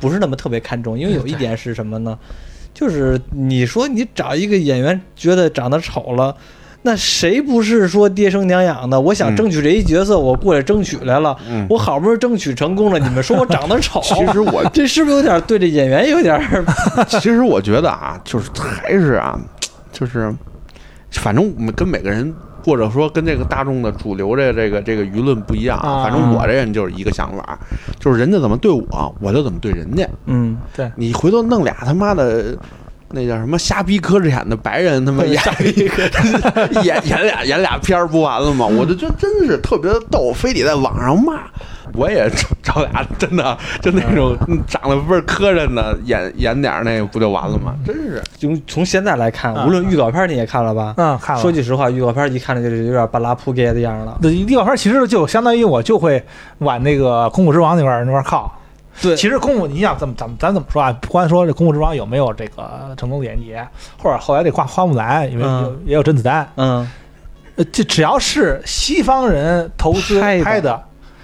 不是那么特别看重。因为有一点是什么呢？就是你说你找一个演员觉得长得丑了。那谁不是说爹生娘养的？我
嗯
想争取这一角色，我过来争取来了，
嗯
我好不容易争取成功了，你们说我长得丑，
其实我
这是不是有点对这演员有点儿？
其实我觉得啊，就是还是啊，就是反正我们跟每个人，或者说跟这个大众的主流这个这个这个舆论不一样
啊
反正我这人就是一个想法，啊就是人家怎么对我，我就怎么对人家。
嗯，
你回头弄俩他妈的。那叫什么瞎逼磕着眼的白人，他妈 演 演演俩演俩片儿不完了吗？我就觉得真是特别逗，非得在网上骂。我也找找俩真的就那种嗯长得倍儿磕碜的演演点儿那个不就完了吗？真是
就从现在来看
啊，
无论预告片你也看了吧？
嗯，看了。
说句实话，预告片一看着就是有点巴拉扑街的样了。
那预告片其实就相当于我就会往那个《空谷之王》那边那边靠。
对
其实空谷，你想怎么咱们咱怎么说啊？不光说这《空谷之王》有没有这个成功的连接，或者后来这花花木兰，因为
嗯
有也有甄子丹，
嗯，
呃，这只要是西方人投资
拍的
拍的，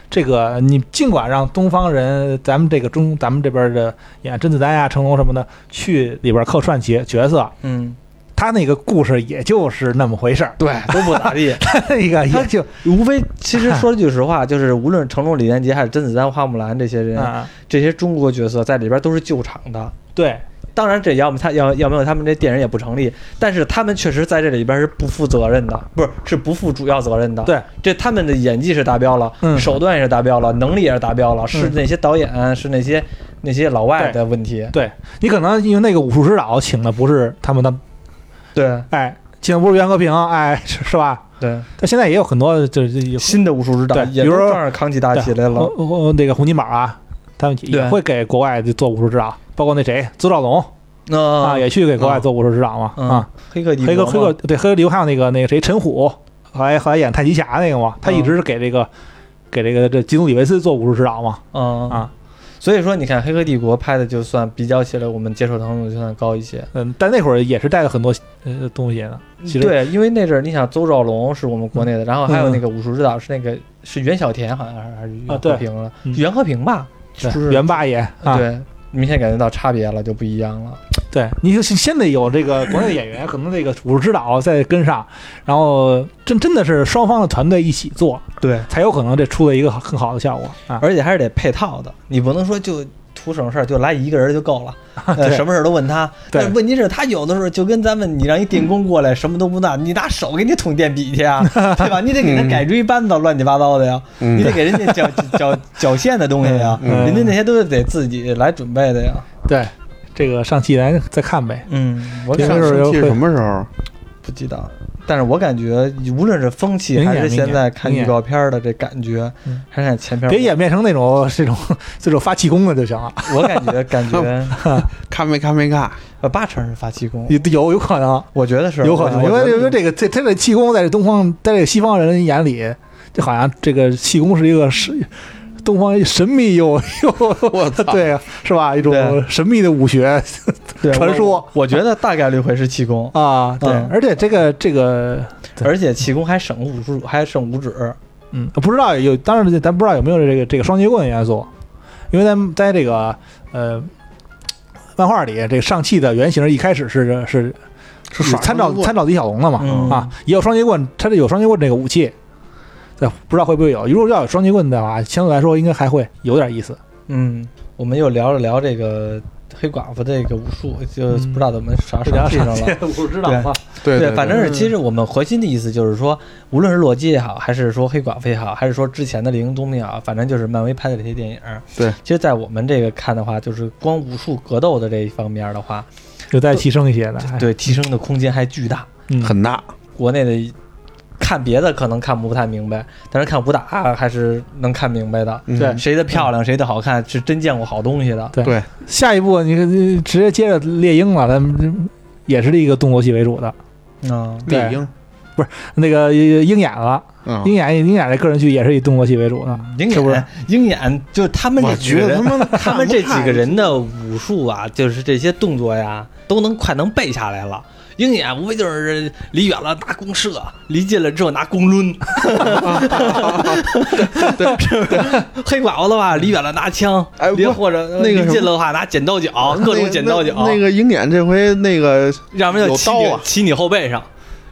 这个你尽管让东方人，咱们这个中咱们这边的演甄子丹呀、成龙什么的去里边客串角角色，
嗯，，
他那个故事也就是那么回事儿
对，都不咋 地。
那个也就
无非其实说句 实话，就是无论成龙、李连杰还是甄子丹、花木兰这些人，
啊、
这些中国角色在里边都是救场的。
对，
当然，这要么他要要没有他们这电影也不成立，但是他们确实在这里边是不负责任的，不是是不负主要责任的。
对，
这他们的演技是达标了，
嗯
手段也是达标了，能力也是达标了，是
嗯
那些导演、是那些那些老外的问题。
对你可能因为那个武术指导请的不是他们的，
对
哎，请的不是袁和平，哎， 是是吧？
对，
但现在也有很多就是有
新的武术指导
对
也
比
都
如说
照样扛起大旗来了。
我我那个洪金宝啊，他们也
对
会给国外做武术指导，包括那谁邹兆龙
那、
啊，也去给国外做武术指导嘛
嗯
啊。
黑客帝
黑哥
国
黑
嘛
哥对黑哥刘还有那个那个谁陈虎，后来后来演太极侠那个嘛，他一直是给这个给这个这基努里维斯做武术指导嘛
嗯
啊。
所以说，你看《黑客帝国》拍的就算比较起来，我们接受程度就算高一些。
嗯，但那会儿也是带了很多呃东西的，其实
嗯对，因为那阵儿你想，邹兆龙是我们国内的，然后还有那个武术指导是那个是袁小田，好像还是还是袁
对
和平了，
嗯
袁和平吧，是不
对
是？
袁八爷啊，
嗯对，明显感觉到差别了，就不一样了。
对，你就是现在有这个国内的演员，可能这个武术指导再跟上，然后真真的是双方的团队一起做，
对，
才有可能这出了一个很好的效果啊。
而且还是得配套的，你不能说就图省事儿就来一个人就够了，呃，
对
什么事儿都问他。哎
对
但问题是，他有的时候就跟咱们，你让一电工过来，什么都不拿，你拿手给你捅电笔去啊，对吧？你得给他改锥扳子，乱七八糟的呀，
嗯
你得给人家绞绞绞线的东西呀，
嗯
人家那些都是得自己来准备的呀。
对，这个上期来再看呗。
嗯，我
这
感
个
上
时候
生气
会
是什么时候？
不知道，但是我感觉，无论是风气
明显
还是现在看
明
预
显
告片儿的这感觉
嗯，
还是看前片儿。
别演变成那种这种这种发气功的就行了，
我感觉感觉
看没看没看？
呃八成是发气功，
有有有可能，
我觉得是
有可能，因
我
为
觉
因为
得嗯
这个这他这气功在这东方，在这个西方人眼里，这好像这个气功是一个是东方神秘又 又
我操
对啊是吧？一种
对
神秘的武学
对
传
我
说
我觉得大概率会是气功，
啊，对
嗯，
而且这个这个对
而且气功还省武术，还省五指。
嗯，不知道有，当然咱不知道有没有这个这个双截棍元素，因为咱在这个呃漫画里，这个上汽的原型一开始是是
是耍
参照
双截棍
参照李小龙的嘛、
嗯
啊，也有双截棍，它这有双截棍这个武器，对，不知道会不会有。如果要有双截棍的话，相对来说应该还会有点意思。
嗯，我们又聊了聊这个黑寡妇这个武术，就
嗯
不知道怎么耍上气上 了。
我不知道
对
啊，
对对，
反正是
嗯
其实我们核心的意思就是说，无论是洛基也好，还是说黑寡妇也好，还是说之前的《猎鹰冬兵》也好，反正就是漫威拍的这些电影。
对，
其实，在我们这个看的话，就是光武术格斗的这一方面的话，
有待提升一些的。哎，
对提升的空间还巨大。
嗯，
很大。
国内的看别的可能看不太明白，但是看武打还是能看明白的。
嗯
对
谁的漂亮，谁的好看，是真见过好东西的。
对，
下一步你你直接接着猎鹰了，咱们也是一个动作戏为主的，
嗯，
猎鹰，
那个鹰眼了。
嗯
鹰，眼鹰眼这个人剧也是以动作戏为主的，
鹰
是不是
眼，鹰眼就是他们
我
这几个
觉得
人
他，妈的
他们这几个人的武术啊，就是这些动作呀，都能快能背下来了。
鹰眼无非就是离远了拿弓射，离近了之后拿弓抡。对，是不是？黑寡妇的话，离远了拿枪，
哎不
离或者呃
那
离
个什
近
么
了的话拿剪刀脚，各种剪刀哦脚，
那个鹰眼这回那个
要么就骑
有
你
刀啊
骑你后背上，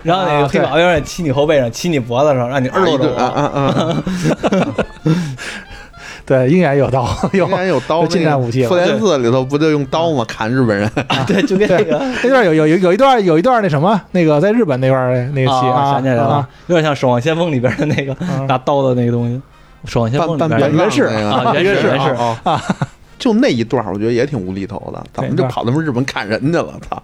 然后那个
啊
黑
对
寡妇要是骑你后背上，骑你脖子上，让你耳朵着
啊
我。
啊 啊！
对，鹰眼有 刀，有
鹰眼有刀，
近战武器了
复联四里头不就用刀吗？砍 日本人。
对，就跟那
对
个。
那段有有有有一段有一段那什么那个在日本那块儿那个戏
啊
啊，
想起来了
啊，，
有点像《守望先锋》里边的那个
嗯
拿刀的那个东西，《守望先 锋》
半
里
半
边
边
的
原式
啊，原始原
啊
始，
啊啊！ 就那一段，我觉得也挺无厘头的，怎么就
哪段
跑他们日本砍人去了？操！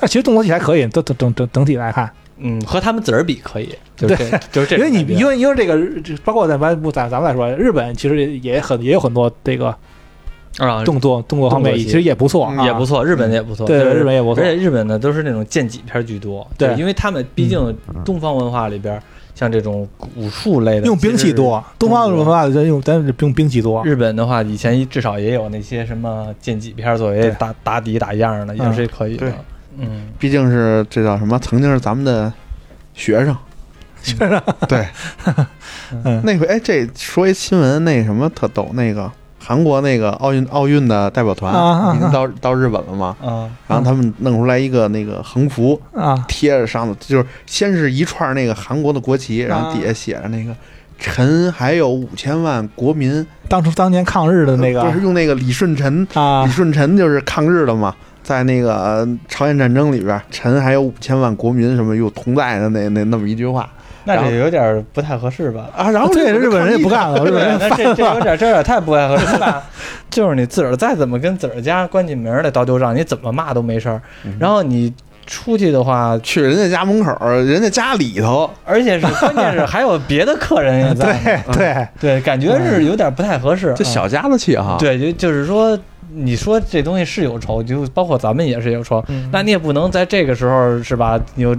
那其实动作戏还可以，整整整整整体来看，
嗯，和他们自个儿比可以，就是这，就是这
因
种
为
感觉，
你因为因为这个，这包括咱咱咱咱们来说，日本其实也很也有很多这个
啊，
动作动作方面
动作戏
其实也不错啊，
也不错，日本的也不错，
对
就是
日本也不错
而且日本呢都是那种剑戟片居多，
对
就因为他们毕竟东方文化里边像这种武术类的
用兵器，多，东方文化人用咱用兵器多
其实，日本的话以前至少也有那些什么剑戟片作为
对
打打底打样的，也是可以的
对，
嗯，
毕竟是这叫什么？曾经是咱们的学生。
是吧？
对，
嗯
那回哎，这说一新闻，那什么特逗，那个韩国那个奥运奥运的代表团
啊啊啊
已经到到日本了嘛，
啊，
然后他们弄出来一个那个横幅，
啊，
贴着上头，就是先是一串那个韩国的国旗，然后底下写着那个。臣还有五千万国民，
当初当年抗日的那个
呃就是用那个李舜臣，
啊
李舜臣就是抗日的嘛，在那个呃朝鲜战争里边，臣还有五千万国民什么又同在的那那那么一句话
那
然后
这有点不太合适吧？
啊，然后
对日本人也不干了，日本
对，
人
那这这有点这有点太不太合适了。就是你自个儿再怎么跟自个儿家关起门儿来倒丢账，你怎么骂都没事儿。然后你出去的话，
去人家家门口，人家家里头，
而且是关键是还有别的客人也在，
对 对，
对，感觉是有点不太合适。
这小家子气哈
啊，，对，就就是说，你说这东西是有仇，就包括咱们也是有仇，
嗯
那你也不能在这个时候是吧？你又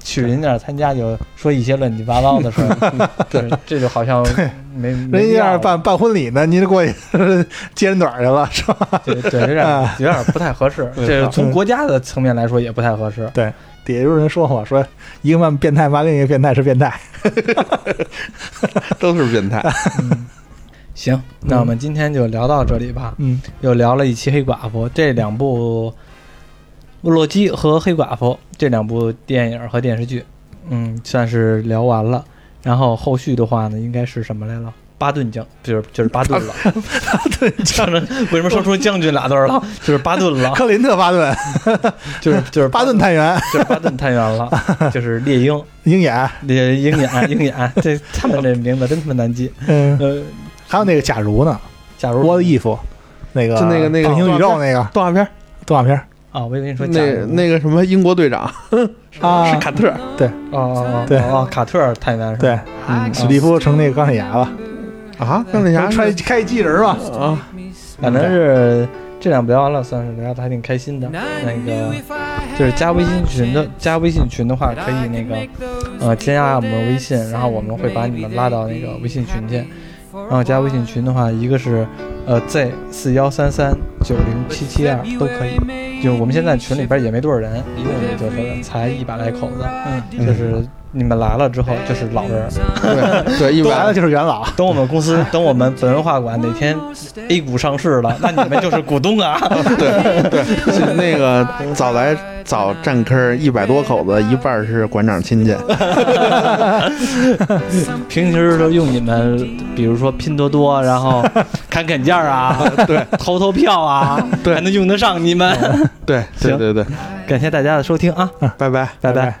去人家那儿参加，就说一些乱七八糟的事儿，对，这就好像没没
人
必
家
要
要
了
是办办婚礼呢，您就过去 接人短儿去了，是吧？
对对，有点
啊
有点不太合适。
对
这
啊
从国家的层面来说也不太合适。
底下有人说我说一个骂变态骂另一个变态是变态，
都是变态。
行，那我们今天就聊到这里吧。
嗯，
又聊了一期《黑寡妇》，这两部《洛基》和《黑寡妇》这两部电影和电视剧，嗯，算是聊完了。然后后续的话呢，应该是什么来了？巴顿将就是就是巴 顿了，巴顿将为什么说出将军俩字儿 了？就是巴顿
啊
了，
克林特巴 顿，
就是就是
巴顿探员，
就是巴顿探员了，就是猎鹰。
鹰眼，
这鹰眼，鹰眼，这他们这名字真他妈难记。
嗯，
呃，
还有那个假如呢，
假如
我的衣服，那个
就那个那个
平行宇宙那个
动画片儿
动画片儿
啊，我以为你说假
那
如
那个什么英国队长
啊
是，坎特，
哦哦哦
对
哦，卡特尔探员是吧？
对，史蒂夫成那个钢铁侠了，
啊，嗯钢铁侠
穿开机器人嘛，
啊，
反正是这两聊完了，算是聊的还挺开心的。那个就是加微信群的，加微 信群的话可以那个呃添加我们微信，然后我们会把你们拉到那个微信群去。然后加微信群的话，一个是呃 Z 四幺三三九零七七二都可以。就我们现在群里边也没多少人，一共也就是才一百来口子。嗯，就是你们来了之后就是老人儿。
对对，一
来
般
了就是元老，
等我们公司，等我们本文化馆哪天 A 股上市了，那你们就是股东 啊。
对对，是那个早来早占坑一百多口子，一半是馆长亲戚，
平时都用 你们，比如说拼多多，然 后砍砍价啊，对，投投票啊，对，还能用得上你们。
对对对对，
感谢大家的收听啊，
拜拜。
拜拜。